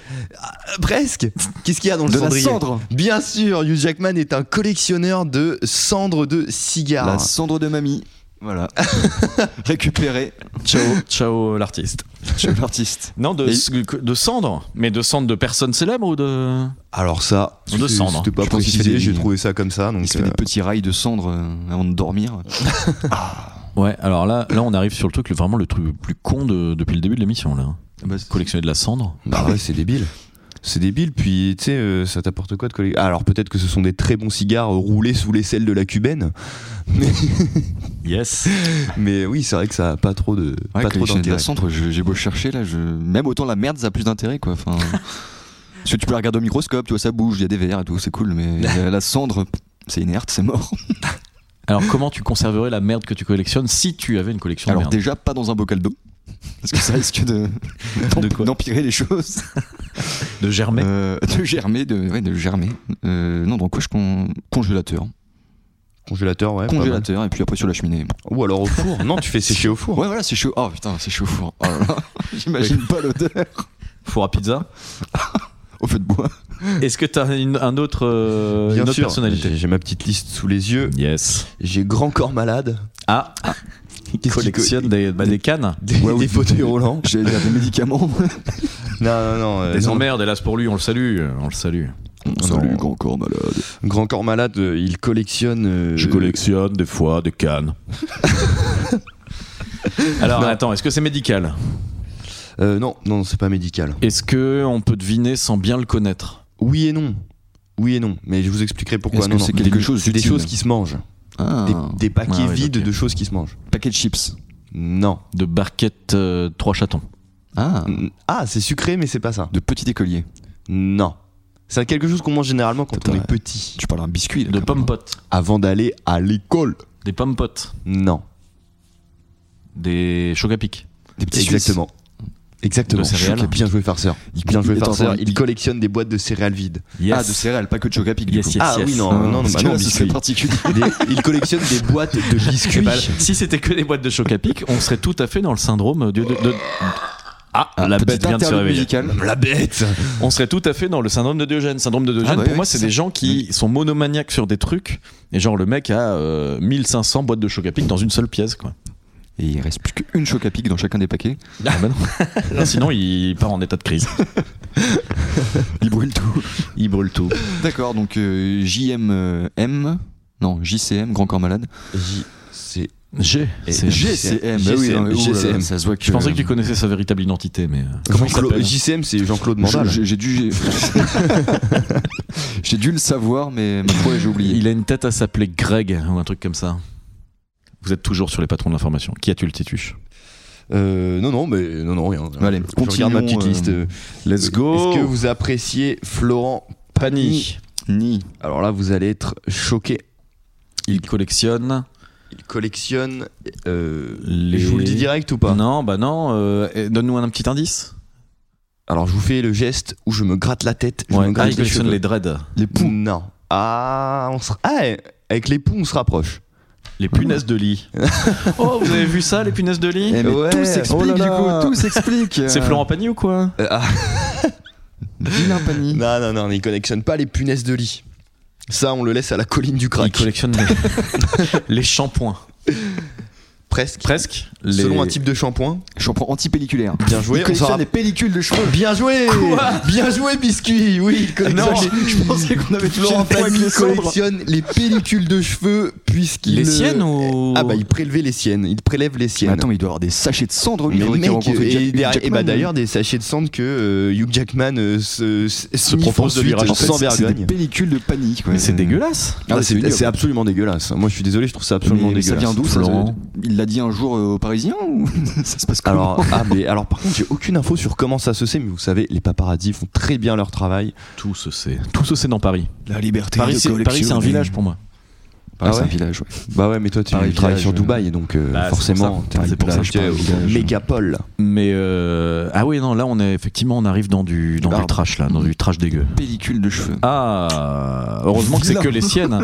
Speaker 6: Presque. Presque. Qu'est-ce qu'il y a dans le
Speaker 7: De la
Speaker 6: cendrier
Speaker 7: cendre.
Speaker 6: Bien sûr, Hugh Jackman est un collectionneur de cendres de
Speaker 7: La
Speaker 6: cigares.
Speaker 7: cendre de mamie. Voilà. Récupérée.
Speaker 5: Ciao, ciao l'artiste.
Speaker 7: Chez l'artiste.
Speaker 5: Non, de,
Speaker 7: Et-
Speaker 5: de cendres. Mais de cendres de personnes célèbres ou de.
Speaker 6: Alors ça,
Speaker 5: De
Speaker 6: c'est-
Speaker 5: cendres.
Speaker 6: c'était pas
Speaker 7: hein. Je pense qu'il fait
Speaker 6: précisé,
Speaker 7: des-
Speaker 6: j'ai trouvé ça comme ça.
Speaker 7: Il
Speaker 6: Donc,
Speaker 7: se fait
Speaker 6: euh,
Speaker 7: des petits rails de cendre euh, avant de dormir.
Speaker 5: Ouais, alors là, là, on arrive sur le truc, le- vraiment le truc le plus con de- depuis le début de l'émission, là. Collectionner de la cendre.
Speaker 6: Bah ouais, c'est débile. C'est débile, puis tu sais, euh, ça t'apporte quoi de collectionner Alors peut-être que ce sont des très bons cigares roulés sous les selles de la cubaine,
Speaker 5: Yes.
Speaker 6: mais oui, c'est vrai que ça a pas trop de
Speaker 7: Ouais,
Speaker 6: pas trop
Speaker 7: collectionner de la
Speaker 6: d'intérêt.
Speaker 7: cendre, je- j'ai beau chercher là, je... même autant la merde ça a plus d'intérêt quoi. Enfin, parce que tu peux la regarder au microscope, tu vois ça bouge, il y a des verres et tout, c'est cool, mais la la cendre, c'est inerte, c'est mort.
Speaker 5: Alors, comment tu conserverais la merde que tu collectionnes si tu avais une collection
Speaker 7: Alors
Speaker 5: de merde
Speaker 7: déjà pas dans un bocal d'eau, parce que ça risque de
Speaker 5: De quoi
Speaker 7: d'empirer les choses,
Speaker 5: De germer
Speaker 7: Euh, de germer, de ouais, de germer. Euh, non, dans quoi je con- congélateur,
Speaker 6: Congélateur, ouais. Ah, pas mal.
Speaker 7: congélateur et puis après sur la cheminée.
Speaker 6: Ou alors au four. Non, tu fais sécher au four.
Speaker 7: Ouais voilà, c'est chaud. Oh putain, c'est chaud au four. Oh là là. J'imagine pas l'odeur
Speaker 5: Four à pizza
Speaker 7: au feu de bois.
Speaker 5: Est-ce que t'as une, un autre, euh, une
Speaker 6: Bien
Speaker 5: autre
Speaker 6: sûr.
Speaker 5: personnalité
Speaker 6: J'ai- J'ai ma petite liste sous les yeux.
Speaker 5: Yes.
Speaker 6: J'ai grand corps malade.
Speaker 5: Ah, il
Speaker 6: qu'il
Speaker 5: collectionne des, bah, des cannes
Speaker 6: Des,
Speaker 7: Ouais, ou
Speaker 6: des
Speaker 7: du-
Speaker 6: fauteuils roulants.
Speaker 7: J'ai des médicaments.
Speaker 6: Non, non, non. euh,
Speaker 5: Des
Speaker 6: non.
Speaker 5: emmerdes, hélas pour lui, euh, on le salue, on le salue.
Speaker 7: Salut,
Speaker 6: non.
Speaker 7: grand corps malade.
Speaker 6: Grand corps malade, euh, il collectionne. euh,
Speaker 5: collectionne des fois des cannes. Alors
Speaker 6: Non.
Speaker 5: attends, est-ce que c'est médical
Speaker 6: euh, non, non, c'est pas médical.
Speaker 5: Est-ce que on peut deviner sans bien le connaître
Speaker 6: Oui et non. Oui et non, mais je vous expliquerai pourquoi.
Speaker 7: Est-ce
Speaker 6: Non,
Speaker 7: que
Speaker 6: non,
Speaker 7: c'est quelque
Speaker 6: des-
Speaker 7: chose
Speaker 6: C'est des
Speaker 7: d'utile
Speaker 6: choses qui se mangent.
Speaker 7: Ah,
Speaker 6: Des, des paquets
Speaker 5: Ah ouais,
Speaker 6: vides
Speaker 5: ok.
Speaker 6: de choses qui se mangent.
Speaker 7: paquets de chips.
Speaker 6: Non.
Speaker 5: De barquette euh, trois chatons.
Speaker 7: Ah,
Speaker 6: Ah, c'est sucré, mais c'est pas ça.
Speaker 7: de petits écoliers.
Speaker 6: Non. C'est quelque chose qu'on mange généralement quand
Speaker 7: Putain,
Speaker 6: on est
Speaker 7: ouais.
Speaker 6: petit.
Speaker 7: Tu parles d'un biscuit. là,
Speaker 5: De
Speaker 7: quand même.
Speaker 5: pommes potes.
Speaker 6: Avant d'aller à l'école.
Speaker 5: Des pommes potes.
Speaker 6: Non.
Speaker 5: Des chocapics.
Speaker 7: Des petits
Speaker 6: Exactement. Exactement.
Speaker 5: De céréales.
Speaker 6: Choc- Bien joué, farceur.
Speaker 7: Suisses.
Speaker 6: Bien joué,
Speaker 7: Attends,
Speaker 6: farceur.
Speaker 7: attends,
Speaker 6: Il collectionne des boîtes de céréales vides.
Speaker 5: Yes.
Speaker 7: Ah, de céréales, pas que de chocapic du
Speaker 5: Yes,
Speaker 7: coup.
Speaker 5: yes,
Speaker 6: Ah
Speaker 5: yes.
Speaker 6: oui, non,
Speaker 7: Ah,
Speaker 6: non, non,
Speaker 7: parce
Speaker 6: bah
Speaker 7: que
Speaker 6: non,
Speaker 7: là, ce serait
Speaker 6: biscuit.
Speaker 7: particulier.
Speaker 6: Des- il collectionne des boîtes de
Speaker 5: Eh
Speaker 6: biscuits.
Speaker 5: ben, si c'était que des boîtes de chocapic, on serait tout à fait dans le syndrome de. de- de- Ah, la
Speaker 7: Petite
Speaker 5: bête vient de se
Speaker 7: interlude
Speaker 5: réveiller.
Speaker 7: musicale.
Speaker 6: La bête
Speaker 5: On serait tout à fait dans le syndrome de Diogène. Syndrome de Diogène,
Speaker 7: bah
Speaker 5: pour
Speaker 7: oui,
Speaker 5: moi,
Speaker 7: c'est
Speaker 5: Ah c'est des gens qui sont monomaniaques sur des trucs. Et genre, le mec a euh, 1500 boîtes de chocapic dans une seule pièce, quoi.
Speaker 7: Et il reste plus qu'une chocapic dans chacun des paquets.
Speaker 5: Ah bah non. Non, sinon, il part en état de crise.
Speaker 7: Il brûle tout.
Speaker 5: Il brûle tout.
Speaker 7: D'accord, donc euh, JMM. Non, JCM, Grand Corps Malade.
Speaker 6: C'est
Speaker 5: G. c'est-
Speaker 7: GCM, bah oui, non, mais ouh là là, ça se voit que.
Speaker 5: Je pensais que tu connaissais sa véritable identité, mais. euh, comment il
Speaker 6: Jean-Claude
Speaker 5: s'appelle
Speaker 6: JCM, c'est Jean-Claude Mandal.
Speaker 7: Je- J'ai j'ai dû. J'ai dû le savoir, mais ma foi, j'ai oublié.
Speaker 5: Il a une tête à s'appeler Greg ou un truc comme ça. Vous êtes toujours sur les patrons de l'information. Qui a tué le Tétuche
Speaker 6: Euh, non, non, mais non, non, rien.
Speaker 7: Allez,
Speaker 6: Je
Speaker 7: continuons,
Speaker 6: regarde ma petite
Speaker 7: euh,
Speaker 6: liste. euh,
Speaker 5: Let's
Speaker 6: Est-ce que vous appréciez Florent Pagny
Speaker 7: Ni.
Speaker 6: Alors là, vous allez être choqué.
Speaker 5: Il collectionne.
Speaker 6: Il collectionne. euh,
Speaker 5: Les-
Speaker 6: Je vous le dis direct ou pas
Speaker 5: Non, bah non. euh, eh, Donne-nous un petit indice.
Speaker 6: Alors je vous fais le geste où je me gratte la tête. Je
Speaker 5: Ouais.
Speaker 6: me
Speaker 5: Ah,
Speaker 6: gratte
Speaker 5: il collectionne les dreads.
Speaker 7: Les
Speaker 6: poux.
Speaker 7: poux.
Speaker 6: Non. Ah, on se- ah, eh, avec les poux, on se rapproche.
Speaker 5: Les punaises de lit. oh, vous avez vu ça, les punaises de lit
Speaker 7: Eh, mais
Speaker 6: Ouais.
Speaker 7: tout s'explique
Speaker 5: Oh là
Speaker 7: du
Speaker 5: là.
Speaker 7: coup, tout s'explique.
Speaker 5: C'est Florent Pagny ou quoi
Speaker 6: Euh, ah,
Speaker 7: Vilain Pagny.
Speaker 6: non, non, non, il collectionne pas les punaises de lit. Ça, on le laisse à la colline du
Speaker 5: Il
Speaker 6: crack.
Speaker 5: collectionne les, les shampoings.
Speaker 6: Presque.
Speaker 5: Presque. Les-
Speaker 6: Selon un type de shampoing.
Speaker 7: Shampoing antipelliculaire.
Speaker 6: Bien joué.
Speaker 7: Il
Speaker 6: on s'en
Speaker 7: collectionne
Speaker 6: rapp-
Speaker 7: les pellicules de cheveux.
Speaker 6: Bien joué Bien joué Biscuit Oui, il collectionne
Speaker 5: Non,
Speaker 6: les...
Speaker 7: Je pensais qu'on avait
Speaker 6: Florent Pagny collectionne les pellicules de cheveux puisqu'il
Speaker 5: Les
Speaker 6: euh,
Speaker 5: siennes ou.
Speaker 6: Ah bah il prélevait les siennes, il prélève les siennes.
Speaker 7: Attends, mais il doit avoir des sachets de cendre, lui.
Speaker 6: mais
Speaker 7: faudrait qu'il
Speaker 6: mec,
Speaker 7: rencontre Jack-
Speaker 6: et, derrière-
Speaker 7: Jackman,
Speaker 6: et bah
Speaker 7: lui.
Speaker 6: d'ailleurs des sachets de cendre que euh, Hugh Jackman euh, se, se
Speaker 5: propose de lui racheter.
Speaker 7: En fait,
Speaker 6: sans
Speaker 7: c'est- C'est des
Speaker 6: vergogne.
Speaker 7: pellicules de panique.
Speaker 5: Mais c'est dégueulasse.
Speaker 7: Ah, c'est
Speaker 6: c'est
Speaker 7: ignoble.
Speaker 6: c'est absolument dégueulasse. Moi je suis désolé, je trouve ça absolument
Speaker 7: mais, mais ça
Speaker 6: dégueulasse.
Speaker 7: vient d'où ça
Speaker 5: Florent.
Speaker 7: Il l'a dit un jour euh, aux Parisiens ou ça se passe comment
Speaker 6: Alors, ah, mais, alors par contre j'ai aucune info sur comment ça se sait, mais vous savez, les paparazzis font très bien leur travail.
Speaker 5: Tout se sait. Tout se sait dans Paris.
Speaker 7: la liberté
Speaker 5: Paris, c'est Paris, c'est un village pour moi.
Speaker 7: Paris,
Speaker 6: Ah
Speaker 7: c'est un
Speaker 6: ouais
Speaker 7: village. ouais.
Speaker 6: Bah ouais, mais toi tu
Speaker 7: Paris,
Speaker 6: travailles sur
Speaker 7: village,
Speaker 6: Dubaï, donc euh,
Speaker 5: Bah, c'est pour
Speaker 6: forcément,
Speaker 5: ça.
Speaker 6: t'es un
Speaker 5: C'est pour
Speaker 6: village,
Speaker 5: ça que je parle
Speaker 6: t'es
Speaker 5: du
Speaker 6: au
Speaker 7: village.
Speaker 6: mégapole.
Speaker 5: Mais euh, ah oui non là on est effectivement on arrive dans du dans du
Speaker 7: barbe.
Speaker 5: trash là dans du trash dégueu.
Speaker 7: Pellicule de cheveux.
Speaker 5: Ah heureusement que c'est
Speaker 7: Vilain.
Speaker 5: que les siennes.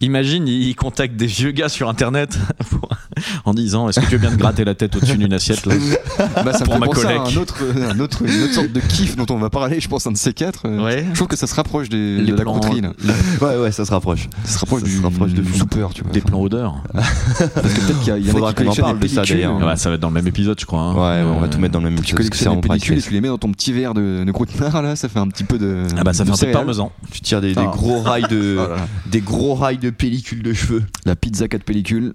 Speaker 5: Imagine ils contactent des vieux gars sur internet pour- en disant est-ce que tu veux bien te gratter la tête au-dessus d'une assiette là
Speaker 7: Bah, ça
Speaker 5: Pour
Speaker 7: me fait
Speaker 5: ma
Speaker 7: penser à
Speaker 5: collègue.
Speaker 7: un autre, euh, un autre, une autre sorte de kiff dont on va parler, je pense, un de ces quatre. Euh,
Speaker 5: Ouais.
Speaker 7: Je trouve que ça se rapproche des,
Speaker 5: Les
Speaker 7: de la
Speaker 5: plans-
Speaker 7: contrine.
Speaker 6: Ouais, ouais, ça se rapproche.
Speaker 7: Ça se rapproche
Speaker 6: Ça
Speaker 7: du,
Speaker 6: se rapproche de
Speaker 7: du
Speaker 6: fou.
Speaker 7: soupeur, tu vois.
Speaker 5: Des plans odeurs.
Speaker 6: Ah
Speaker 7: Parce que peut-être qu'il y a, il y en
Speaker 6: Faudra
Speaker 7: a qui
Speaker 6: qu'on en
Speaker 7: collectionnent
Speaker 6: parle
Speaker 7: des
Speaker 6: de ça,
Speaker 7: pellicules.
Speaker 6: d'ailleurs.
Speaker 5: Ah bah, ça va être dans le même épisode je crois. hein.
Speaker 6: Ouais, ouais, on va
Speaker 5: Euh,
Speaker 6: tout mettre dans le même
Speaker 7: Tu
Speaker 6: épisode, parce que c'est
Speaker 7: collectionnes
Speaker 6: vraiment
Speaker 7: des pellicules et
Speaker 6: priceless.
Speaker 7: tu les mets dans ton petit verre de, de conteneur là, ça fait un petit peu de.
Speaker 5: Ah bah ça
Speaker 7: de
Speaker 5: fait un peu
Speaker 7: céréales.
Speaker 5: parmesan.
Speaker 6: Tu tires des, des
Speaker 7: Ah.
Speaker 6: gros rails de
Speaker 7: Oh là là.
Speaker 6: des gros rails de pellicule de cheveux.
Speaker 7: La pizza 4 pellicules.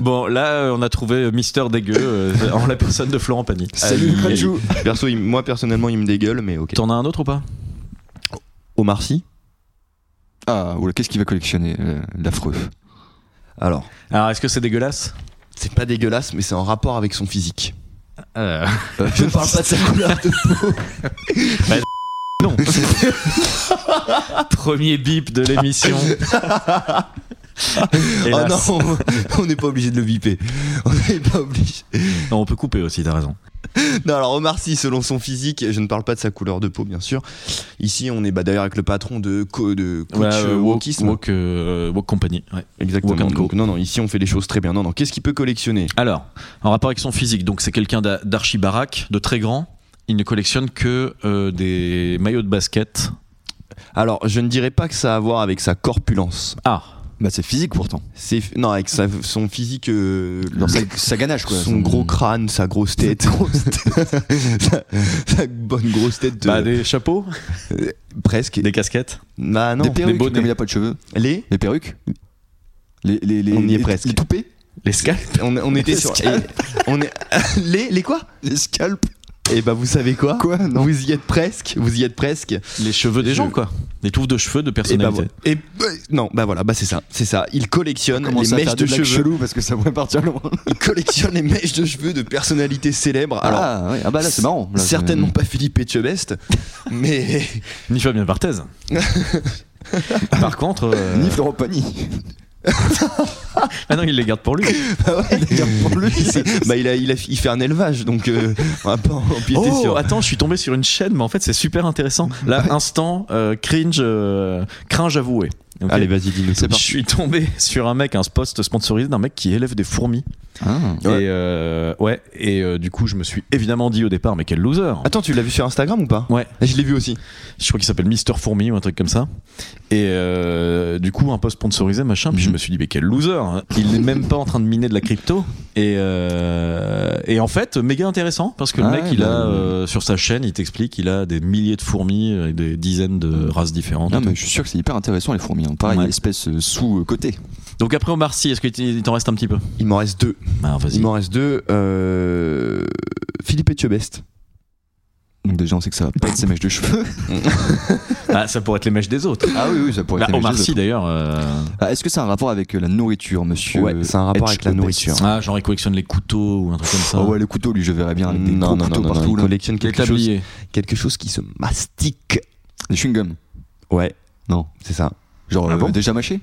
Speaker 5: Bon là euh, on a trouvé Mister dégueu euh, en la personne de Florent Pagny.
Speaker 7: Salut
Speaker 6: il-
Speaker 7: le Kratjou.
Speaker 6: Perso, il- moi personnellement, il me dégueule, mais ok.
Speaker 5: T'en as un autre ou pas
Speaker 6: Omar Sy
Speaker 7: Ah, oula, qu'est-ce qu'il va collectionner euh, L'affreux.
Speaker 6: Alors,
Speaker 5: Alors est-ce que c'est dégueulasse
Speaker 6: c'est pas dégueulasse, mais c'est en rapport avec son physique.
Speaker 5: Euh,
Speaker 6: Je ne parle pas de sa couleur de peau.
Speaker 5: Non. Premier bip de l'émission.
Speaker 6: Oh
Speaker 5: Hélas.
Speaker 6: non, on- on n'est pas obligé de le viper. On n'est pas obligé.
Speaker 5: Non, on peut couper aussi, t'as raison.
Speaker 6: Non, alors Omar Sy, selon son physique, je ne parle pas de sa couleur de peau, bien sûr. Ici, on est bah, d'ailleurs avec le patron de, co- de coach
Speaker 5: Ouais, euh,
Speaker 6: euh,
Speaker 5: walk,
Speaker 6: wokisme.
Speaker 5: walk, euh, walk company. ouais. walk
Speaker 6: Exactement.
Speaker 5: and go.
Speaker 6: Donc, non, non, ici, on fait les choses très bien. Non, non, qu'est-ce qu'il peut collectionner
Speaker 5: Alors, en rapport avec son physique, donc c'est quelqu'un d'a- d'archi baraque, de très grand. Il ne collectionne que euh, des maillots de basket.
Speaker 6: Alors, je ne dirais pas que ça a à voir avec sa corpulence.
Speaker 5: Ah,
Speaker 7: Bah, c'est physique pourtant.
Speaker 6: C'est non avec sa- son physique, euh,
Speaker 7: Genre, ça,
Speaker 6: le-
Speaker 7: ça ganache quoi.
Speaker 6: son gros crâne, sa grosse tête, sa, sa bonne grosse tête de-
Speaker 5: Bah, des chapeaux,
Speaker 6: presque.
Speaker 5: des casquettes.
Speaker 6: Bah non.
Speaker 7: des perruques,
Speaker 5: des bonnets.
Speaker 7: comme il a pas de cheveux.
Speaker 6: Les
Speaker 7: Les perruques les, les, les,
Speaker 6: On y est
Speaker 7: les-
Speaker 6: presque.
Speaker 7: Les toupets
Speaker 5: Les scalps
Speaker 6: on, on était sur.
Speaker 7: Escalpe.
Speaker 6: et- on est les les quoi
Speaker 7: Les scalps
Speaker 6: Et bah vous savez quoi
Speaker 7: Quoi Non.
Speaker 6: Vous y êtes presque. Vous y êtes presque.
Speaker 5: Les cheveux Eh ben, des
Speaker 6: Je-
Speaker 5: gens, quoi. Les touffes de cheveux de
Speaker 6: Et bah,
Speaker 5: personnalité.
Speaker 6: voilà. et bah, non, bah voilà, bah c'est ça, c'est ça. Il collectionne
Speaker 7: Comment
Speaker 6: les
Speaker 7: ça
Speaker 6: mèches
Speaker 7: faire
Speaker 6: de
Speaker 7: des blagues
Speaker 6: cheveux.
Speaker 7: cheloues parce que ça pourrait partir loin.
Speaker 6: Il collectionne les mèches de cheveux de personnalités célèbres. Alors,
Speaker 7: ah, ouais. ah bah là c'est marrant. Là, c'est-
Speaker 6: certainement pas Philippe Etchebest, mais
Speaker 5: Ni Fabien Barthez. Par contre. euh,
Speaker 7: Ni Florent Pagny.
Speaker 5: Ah non, il les garde pour lui.
Speaker 6: bah ouais, d'ailleurs, pour lui, c'est- bah il a, il a, il fait un élevage, donc euh, on va pas empiéter
Speaker 5: Oh,
Speaker 6: sur.
Speaker 5: attends, je suis tombé sur une chaîne, mais en fait, c'est super intéressant. Là, instant, euh, cringe, euh, cringe avoué. Ok
Speaker 6: vas-y, dis-nous.
Speaker 5: je suis tombé sur un mec, un post sponsorisé d'un mec qui élève des fourmis.
Speaker 7: Ah.
Speaker 6: Ouais.
Speaker 5: Et euh, ouais, et euh, du coup, je me suis évidemment dit au départ, mais quel loser.
Speaker 6: Attends, tu l'as vu sur Instagram ou pas
Speaker 5: Ouais.
Speaker 6: Ah, Je l'ai vu aussi.
Speaker 5: Je crois qu'il s'appelle Mister Fourmi ou un truc comme ça. Et euh, du coup, un post sponsorisé, machin.
Speaker 7: Mhm.
Speaker 5: Puis je me suis dit, mais quel loser. hein. Il n'est même pas en train de miner de la crypto. Et, euh, et en fait, méga intéressant. Parce que le
Speaker 7: Ah
Speaker 5: mec,
Speaker 7: ouais,
Speaker 5: il a,
Speaker 7: bah,
Speaker 5: euh, sur sa chaîne, il t'explique, il a des milliers de fourmis, avec des dizaines de races différentes.
Speaker 7: Non Ah, mais je suis sûr que c'est hyper intéressant les fourmis. hein. Pareil,
Speaker 5: Ouais.
Speaker 7: espèce euh, sous-côté.
Speaker 5: Donc après, Omar Sy, est-ce qu'il t'en reste un petit peu
Speaker 6: Il m'en reste deux.
Speaker 5: Ah,
Speaker 6: Il
Speaker 5: vas-y.
Speaker 6: m'en reste deux. euh, Philippe Etchebest.
Speaker 7: Donc déjà on sait que ça va pas être ses mèches de cheveux.
Speaker 5: Ah, ça pourrait être les mèches des autres.
Speaker 7: Ah oui, oui, ça pourrait
Speaker 5: Bah,
Speaker 7: être les mèches
Speaker 5: Omar
Speaker 7: des
Speaker 5: Sy,
Speaker 7: autres.
Speaker 5: d'ailleurs. euh,
Speaker 7: Ah, Est-ce que c'est un rapport avec euh, la nourriture, monsieur
Speaker 6: Ouais, c'est un rapport avec la
Speaker 7: Etchebest
Speaker 6: nourriture.
Speaker 5: Ah, genre, il collectionne les couteaux ou un truc comme ça.
Speaker 7: Ah ouais, le couteau, lui, je verrais bien avec des gros couteaux partout.
Speaker 6: il
Speaker 7: là.
Speaker 6: collectionne
Speaker 5: Les
Speaker 6: quelque chose,
Speaker 5: tabliers.
Speaker 6: quelque chose qui se mastique.
Speaker 7: Des chewing-gums.
Speaker 6: Ouais,
Speaker 7: Non.
Speaker 6: c'est ça.
Speaker 7: Genre
Speaker 5: Ah
Speaker 7: euh,
Speaker 5: bon
Speaker 7: déjà mâché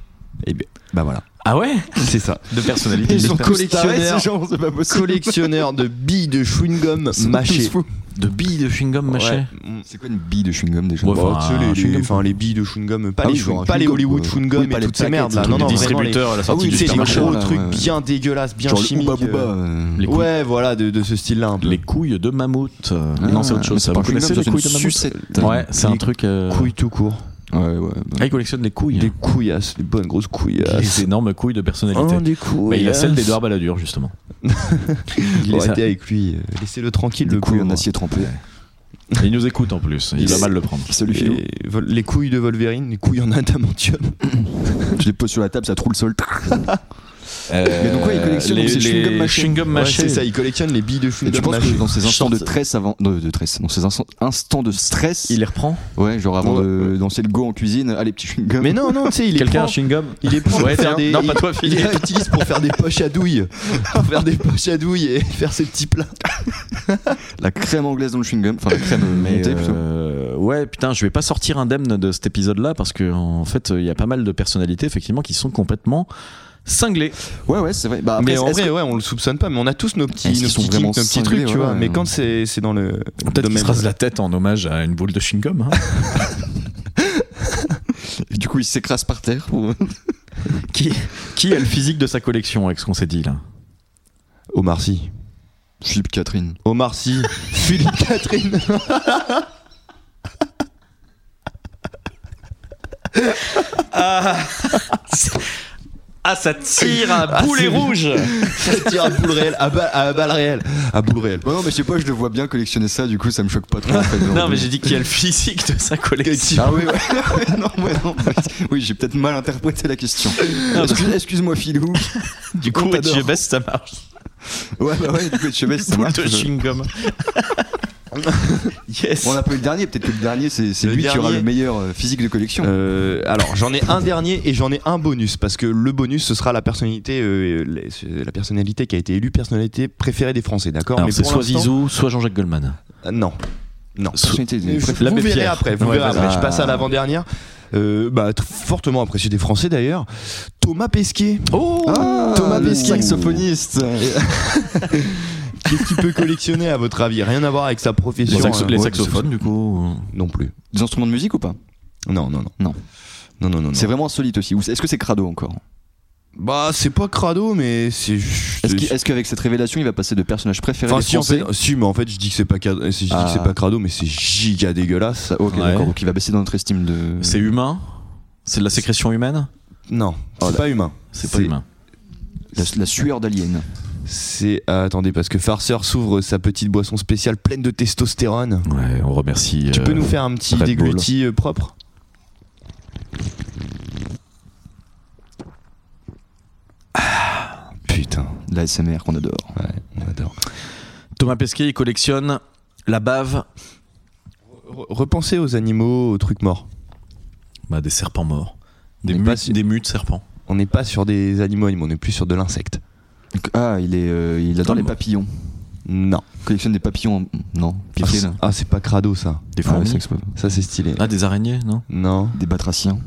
Speaker 6: Et bien, bah voilà,
Speaker 5: Ah ouais
Speaker 6: c'est ça.
Speaker 5: De personnalité.
Speaker 6: Ils sont
Speaker 5: j'espère.
Speaker 6: collectionneurs,
Speaker 7: gens, c'est pas
Speaker 6: collectionneurs de billes de chewing-gum mâchées.
Speaker 5: De billes de chewing-gum mâchées.
Speaker 6: Ouais. Mm.
Speaker 7: C'est quoi une bille de chewing-gum déjà
Speaker 5: Ouais,
Speaker 6: Bah,
Speaker 5: enfin,
Speaker 6: tu sais,
Speaker 5: un
Speaker 6: les- les,
Speaker 5: chewing-gum.
Speaker 6: enfin, les billes de chewing-gum, pas
Speaker 7: Ah
Speaker 6: les,
Speaker 7: oui,
Speaker 6: chewing-
Speaker 7: genre un
Speaker 6: pas les
Speaker 7: chewing-gum,
Speaker 6: Hollywood
Speaker 7: quoi.
Speaker 6: chewing-gum
Speaker 7: Oui, pas
Speaker 6: et
Speaker 7: les
Speaker 6: toutes ces
Speaker 7: paquets,
Speaker 6: merdes là.
Speaker 7: les
Speaker 6: Ah Non,
Speaker 7: trucs
Speaker 6: non,
Speaker 5: les
Speaker 7: des
Speaker 6: vraiment, les-
Speaker 5: distributeurs à la
Speaker 6: Ah
Speaker 5: sortie
Speaker 6: oui,
Speaker 5: du
Speaker 6: tu sais, les
Speaker 7: supermarché,
Speaker 5: supermarché.
Speaker 6: gros
Speaker 7: là,
Speaker 6: trucs
Speaker 7: ouais.
Speaker 6: bien dégueulasses, bien
Speaker 7: Genre le
Speaker 6: chimiques.
Speaker 7: Ouba Booba,
Speaker 6: euh.
Speaker 7: euh,
Speaker 5: Les couilles,
Speaker 6: Ouais, voilà, de, de ce style-là un peu.
Speaker 5: les couilles de mammouth. euh,
Speaker 7: Ah,
Speaker 5: non, c'est autre chose.
Speaker 7: mais
Speaker 5: Ça.
Speaker 7: pas
Speaker 5: Vous
Speaker 7: un
Speaker 5: connaissez
Speaker 7: chewing-gum,
Speaker 5: les couilles de
Speaker 7: c'est une
Speaker 5: mammouth
Speaker 7: sucette.
Speaker 5: Ouais, c'est un
Speaker 6: Les
Speaker 5: truc. euh,
Speaker 6: Couilles tout court.
Speaker 7: Ouais, ouais.
Speaker 5: Ah, il collectionne des couilles.
Speaker 6: Des couillasses, des bonnes grosses
Speaker 5: Les
Speaker 6: couillasses.
Speaker 5: énormes couilles de personnalité.
Speaker 6: Ah, Oh, des
Speaker 5: Bah, il a celle des
Speaker 6: couillasses.
Speaker 5: deux baladure justement. il,
Speaker 6: Arrêtez
Speaker 5: est-
Speaker 6: avec lui, euh, laissez-le tranquille,
Speaker 7: Des
Speaker 6: le
Speaker 7: couilles en
Speaker 6: pauvre.
Speaker 7: acier trempé.
Speaker 5: il nous écoute en plus. Il,
Speaker 6: Il
Speaker 5: va
Speaker 6: est-
Speaker 5: mal le prendre.
Speaker 7: Salut Philou.
Speaker 6: Et vol- les couilles de Wolverine, les couilles en adamantium.
Speaker 7: Je les pose sur la table, ça troue le sol.
Speaker 5: Mais
Speaker 7: donc, ouais, il collectionne
Speaker 5: Euh, les,
Speaker 7: donc ces chewing-gum mâchés.
Speaker 5: chewing-gum
Speaker 6: Ouais,
Speaker 5: mâchés.
Speaker 6: c'est ça, ils collectionnent les billes de
Speaker 7: Et
Speaker 6: chewing
Speaker 7: tu
Speaker 6: gum
Speaker 7: penses que dans ces instants de
Speaker 5: Short.
Speaker 7: stress avant. De, de stress. Dans ces instants, instants de stress.
Speaker 5: Il les reprend
Speaker 7: Ouais, genre avant
Speaker 6: Ouais,
Speaker 7: de danser le go en cuisine. Ah, les petits chewing-gums.
Speaker 6: Mais non, non, tu sais, il est
Speaker 5: Quelqu'un a un
Speaker 6: prend,
Speaker 5: chewing-gum
Speaker 6: il est prend
Speaker 5: Ouais,
Speaker 6: pour
Speaker 5: tiens.
Speaker 6: faire des,
Speaker 5: Non, pas toi,
Speaker 6: il, il
Speaker 5: Philippe.
Speaker 6: utilise pour faire des poches à douille, pour faire des poches à douille et faire ses petits plats.
Speaker 7: La crème anglaise dans le chewing-gum. Enfin, la crème euh,
Speaker 5: Mais
Speaker 7: montée plutôt.
Speaker 5: euh, ouais, putain, je vais pas sortir indemne de cet épisode-là parce que en fait, il y a pas mal de personnalités effectivement qui sont complètement cinglées.
Speaker 7: Ouais, ouais, c'est vrai. Bah, après,
Speaker 6: mais en
Speaker 7: est-ce
Speaker 6: vrai, ouais, on le soupçonne pas, mais on a tous nos petits,
Speaker 7: Est-ce
Speaker 6: nos
Speaker 7: qu'ils sont
Speaker 6: petits,
Speaker 7: vraiment
Speaker 6: nos petits
Speaker 7: cinglés,
Speaker 6: trucs, tu vois.
Speaker 7: ouais.
Speaker 6: Mais quand c'est c'est dans le
Speaker 5: Peut-être qu'il
Speaker 6: domaine-
Speaker 5: se rase la tête en hommage à une boule de chewing-gum. hein.
Speaker 7: que- Du coup, il s'écrase par terre. ou-
Speaker 5: qui, qui a le physique de sa collection avec ce qu'on s'est dit là
Speaker 6: Omar Sy,
Speaker 7: Philippe Catherine.
Speaker 6: Omar Sy, Philippe Catherine.
Speaker 5: Ah, ça tire à boulet rouge
Speaker 6: Ça tire à boule réelle, à, ba- à balle réelle, à boule réelle.
Speaker 7: Ouais, non, mais je sais pas, je le vois bien collectionner ça, du coup, ça me choque pas trop. en fait, genre
Speaker 5: Non, mais
Speaker 7: de-
Speaker 5: j'ai dit qui a le physique de sa collection.
Speaker 7: Ah oui, ouais. non, ouais, non. Oui, j'ai peut-être mal interprété la question. Excuse- Excuse-moi, Philou.
Speaker 5: Du coup,
Speaker 7: on t'adore.
Speaker 5: HBS, ça marche.
Speaker 7: Ouais, bah ouais, du coup, je sais pas si ça
Speaker 5: Boule
Speaker 7: marche. euh,
Speaker 5: de chewing-gum. yes.
Speaker 7: On a pas eu le dernier, peut-être que le dernier, c'est c'est
Speaker 6: Le
Speaker 7: lui qui aura
Speaker 6: dernier.
Speaker 7: le meilleur euh, physique de collection.
Speaker 6: Euh, alors j'en ai un dernier et j'en ai un bonus parce que le bonus ce sera la personnalité euh, les- ce- la personnalité qui a été élue personnalité préférée des Français d'accord
Speaker 5: Alors, c'est
Speaker 6: pour
Speaker 5: soit
Speaker 6: l'instant-
Speaker 5: Zizou, soit Jean-Jacques Goldman.
Speaker 6: Euh, non non
Speaker 7: Personnalité des-
Speaker 6: vous,
Speaker 5: l'abbé
Speaker 6: verrez
Speaker 5: Pierre.
Speaker 6: après vous
Speaker 5: Ouais,
Speaker 6: verrez
Speaker 5: vas-y.
Speaker 6: après je passe à l'avant dernière bah, tr- fortement apprécié des Français d'ailleurs Thomas Pesquet
Speaker 5: Oh
Speaker 7: Ah,
Speaker 6: Thomas
Speaker 7: le
Speaker 6: Pesquet.
Speaker 7: saxophoniste.
Speaker 6: qu'est-ce qu'il peut collectionner à votre avis rien à voir avec sa profession
Speaker 5: Les, saxo-
Speaker 6: hein.
Speaker 5: les
Speaker 6: Ouais,
Speaker 5: saxophones, du coup.
Speaker 6: non plus
Speaker 7: Des instruments de musique ou pas
Speaker 6: non non non
Speaker 7: Non.
Speaker 6: non non non, non.
Speaker 7: C'est vraiment insolite aussi. Ou Est-ce que c'est crado encore
Speaker 6: bah c'est pas crado mais c'est juste-
Speaker 7: Est-ce qu'il- est-ce qu'avec cette révélation, il va passer de personnage préféré
Speaker 6: Enfin,
Speaker 7: des
Speaker 6: si, en
Speaker 7: Français
Speaker 6: fait, si, mais en fait, je dis que c'est pas, ca- je dis que c'est
Speaker 7: Ah.
Speaker 6: pas crado, mais c'est giga dégueulasse.
Speaker 7: Ça- Ok,
Speaker 5: Ouais. Euh,
Speaker 7: d'accord. Donc il va baisser dans notre estime de.
Speaker 5: C'est humain C'est de la sécrétion humaine
Speaker 6: Non,
Speaker 5: Oh
Speaker 6: c'est
Speaker 5: là.
Speaker 6: pas humain.
Speaker 5: C'est pas humain.
Speaker 7: La, la sueur d'alien.
Speaker 6: C'est ah, attendez parce que Farceur s'ouvre sa petite boisson spéciale pleine de testostérone.
Speaker 5: Ouais, on remercie.
Speaker 6: Tu
Speaker 5: euh,
Speaker 6: peux nous faire un petit
Speaker 5: Red Bull.
Speaker 6: dégluti euh, propre Ah, Putain,
Speaker 7: La SMR qu'on adore.
Speaker 6: ouais, on adore.
Speaker 5: Thomas Pesquet, il collectionne la bave
Speaker 6: Re- Repensez aux animaux, aux trucs morts.
Speaker 5: bah, des serpents morts. Des
Speaker 6: Mais
Speaker 5: mutes,
Speaker 6: pas si-
Speaker 5: des mutes de serpents.
Speaker 6: On n'est pas sur des animaux animaux, on est plus sur de l'insecte.
Speaker 7: Ah, il, est, euh, il adore
Speaker 5: Tom.
Speaker 7: les papillons.
Speaker 6: Non.
Speaker 7: Collectionne des papillons. en- Non.
Speaker 6: Ah,
Speaker 7: Piqué,
Speaker 6: c'est-
Speaker 7: là.
Speaker 6: ah, c'est pas crado ça.
Speaker 5: Des
Speaker 7: Ah, ouais,
Speaker 5: fourmis.
Speaker 7: ça, c'est pas-
Speaker 6: Ça c'est stylé.
Speaker 5: Ah, des araignées, non
Speaker 6: Non,
Speaker 7: Des batraciens.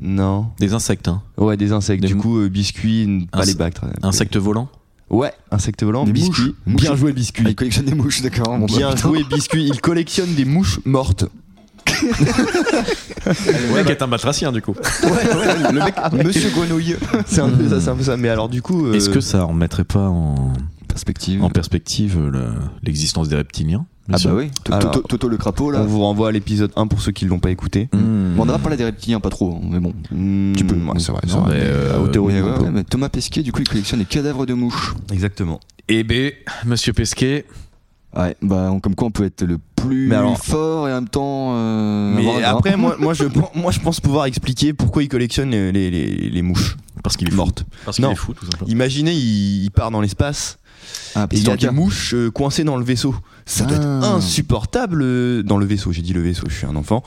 Speaker 6: non.
Speaker 5: Des insectes, hein.
Speaker 6: Ouais, des insectes.
Speaker 5: Des
Speaker 6: du
Speaker 5: mou-
Speaker 6: coup, euh, biscuits, n- pas
Speaker 5: Inse-
Speaker 6: les bactres.
Speaker 5: Insectes volants.
Speaker 6: Ouais, insectes volants,
Speaker 7: Des
Speaker 6: biscuits.
Speaker 7: mouches.
Speaker 6: Bien
Speaker 7: Mouches.
Speaker 6: joué,
Speaker 7: Ah, il
Speaker 6: biscuits.
Speaker 7: collectionne des mouches, d'accord. bon, bah,
Speaker 6: Bien
Speaker 7: putain.
Speaker 6: joué, biscuits. Il collectionne des mouches mortes.
Speaker 5: Ouais, qui est un batracien, du coup.
Speaker 6: le mec, Monsieur Grenouille. C'est un, peu ça, c'est un peu ça. Mais alors, du coup. euh,
Speaker 5: Est-ce que ça en mettrait pas en,
Speaker 7: Perspective.
Speaker 5: en perspective euh, la- l'existence des reptiliens
Speaker 7: Ah bah oui. To-
Speaker 6: Alors-
Speaker 7: Toto Toto le crapaud, là.
Speaker 6: On vous renvoie à l'épisode 1 pour ceux qui l'ont pas écouté. Mmh,
Speaker 5: Hmm.
Speaker 7: Bon, on en a parlé des reptiliens, pas trop, hein, mais bon.
Speaker 6: Tu
Speaker 7: peux.
Speaker 6: c'est vrai. c'est
Speaker 5: Non,
Speaker 6: vrai.
Speaker 5: mais, euh,
Speaker 6: à hauteur où
Speaker 7: Mais
Speaker 6: on
Speaker 7: ouais,
Speaker 6: peut.
Speaker 7: ouais, mais Thomas Pesquet, du coup, il collectionne les cadavres de mouches.
Speaker 6: Exactement.
Speaker 5: Eh ben, monsieur Pesquet,
Speaker 7: Ouais, bah, on- comme quoi on peut être le plus
Speaker 6: Mais alors-
Speaker 7: fort et en même temps. euh, avoir un
Speaker 6: Mais
Speaker 7: drap.
Speaker 6: après, moi, moi, je, pen- moi, je pense pouvoir expliquer pourquoi il collectionne les, les- les- les mouches
Speaker 5: parce qu'il est fou.
Speaker 6: mortes.
Speaker 5: Parce qu'il
Speaker 6: Non.
Speaker 5: est fou, tout simplement.
Speaker 6: Imaginez, il, il part dans l'espace
Speaker 7: Ah,
Speaker 6: et
Speaker 7: parce
Speaker 6: il y a
Speaker 7: qu'il
Speaker 6: des
Speaker 7: regarde.
Speaker 6: mouches euh, coincées dans le vaisseau. Ça doit être
Speaker 7: Ah.
Speaker 6: insupportable euh, dans le vaisseau. J'ai dit le vaisseau, je suis un enfant.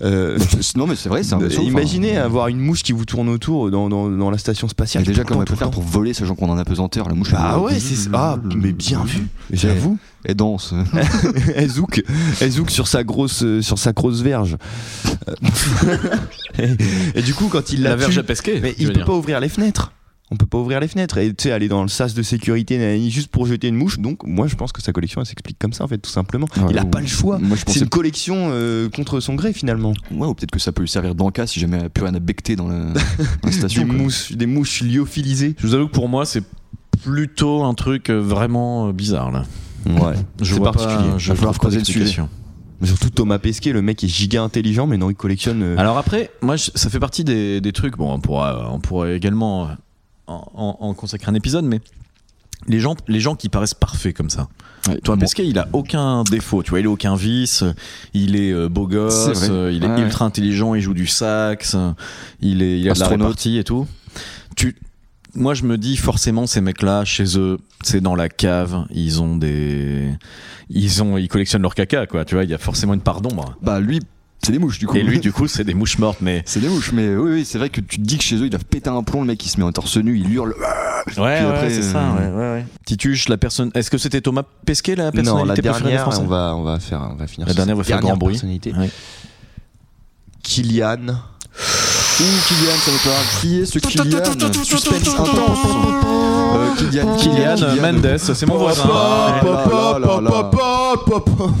Speaker 6: Euh,
Speaker 7: Non, mais c'est vrai, c'est un hein. vaisseau, enfin,
Speaker 6: imaginez avoir une mouche qui vous tourne autour dans, dans- dans la station
Speaker 7: Et
Speaker 6: spatiale.
Speaker 7: déjà,
Speaker 6: tout le
Speaker 7: comment on
Speaker 6: temps,
Speaker 7: peut
Speaker 6: tout le
Speaker 7: faire
Speaker 6: temps.
Speaker 7: pour voler ce genre qu'on en a pesanteur La mouche.
Speaker 6: Bah ouais, c'est ah mais bien vu. J'avoue.
Speaker 7: Et danse.
Speaker 6: Elle zouk, elle zouk sur sa grosse, euh, sur sa grosse verge. Euh, et, et du coup, quand il la,
Speaker 5: La verge
Speaker 6: tue,
Speaker 5: à Pesquet.
Speaker 6: mais
Speaker 5: tu
Speaker 6: il
Speaker 5: veux
Speaker 6: peut
Speaker 5: dire.
Speaker 6: pas ouvrir les fenêtres. On peut pas ouvrir les fenêtres et tu sais aller dans le sas de sécurité nanani, juste pour jeter une mouche. Donc moi, je pense que sa collection, elle s'explique comme ça en fait, tout simplement.
Speaker 7: Ouais,
Speaker 6: il a
Speaker 7: ou-
Speaker 6: pas le
Speaker 5: Mm.
Speaker 6: choix.
Speaker 7: Moi, je
Speaker 6: C'est
Speaker 7: pensais.
Speaker 6: une collection euh, contre son gré finalement.
Speaker 7: Ouais, ou peut-être que ça peut lui servir d'encas si jamais il n'y a plus rien à becter dans la, dans la
Speaker 6: Des
Speaker 7: station. quoi.
Speaker 6: mouches, des mouches lyophilisées.
Speaker 5: Je vous avoue que pour moi, c'est plutôt un truc euh, vraiment euh, bizarre là.
Speaker 6: Ouais.
Speaker 5: Je
Speaker 6: C'est
Speaker 5: vois pas-
Speaker 6: particulier.
Speaker 5: je
Speaker 7: Va falloir
Speaker 5: trouve pas
Speaker 7: creuser le sujet.
Speaker 5: d'explication.
Speaker 6: Surtout Thomas Pesquet, le mec est giga intelligent, mais non, il collectionne. euh,
Speaker 5: Alors après, moi, je- ça fait partie des, des trucs. Bon, on pourra, on pourra également euh, en, en- en consacrer un épisode, mais les gens, les gens qui paraissent parfaits comme ça.
Speaker 7: Ouais,
Speaker 5: Toi,
Speaker 7: bon.
Speaker 5: Pesquet, il a aucun défaut. Tu vois, il a aucun vice. euh, Il est euh, beau
Speaker 7: C'est
Speaker 5: gosse.
Speaker 7: vrai.
Speaker 5: euh, il est
Speaker 7: Ouais, ouais.
Speaker 5: ultra intelligent. Il joue du sax. euh, Il est, il a de la
Speaker 7: Astronaute.
Speaker 5: répartie et tout. Tu, moi, je me dis forcément ces mecs-là, chez eux, c'est dans la cave. Ils ont des, ils ont, ils collectionnent leur caca, quoi. Tu vois, il y a forcément une part d'ombre.
Speaker 7: Bah, lui, c'est des mouches, du coup.
Speaker 5: Et lui, du coup, c'est des mouches mortes, mais
Speaker 7: C'est des mouches, mais oui, oui c'est vrai que tu te dis que chez eux, ils doivent péter un plomb, le mec, il se met en torse nu, il hurle.
Speaker 5: Ouais,
Speaker 7: Puis après, euh,
Speaker 5: Tituche, la personne. Est-ce que c'était Thomas Pesquet la personnalité
Speaker 6: non, la
Speaker 5: préférée des
Speaker 6: dernière,
Speaker 5: Français
Speaker 6: on va, on va faire, on va finir.
Speaker 5: La
Speaker 6: sur
Speaker 5: dernière
Speaker 6: cette
Speaker 5: va faire grand bruit.
Speaker 6: personnalité.
Speaker 5: Ouais.
Speaker 6: Kylian.
Speaker 7: Ouh, Kylian, ça me parle. Qui est ce Kylian Suspense intense. Euh, Kylian,
Speaker 5: Kylian, Mendes, c'est mon voisin.
Speaker 7: Ah,
Speaker 5: Ouais.
Speaker 7: là, là, là, là.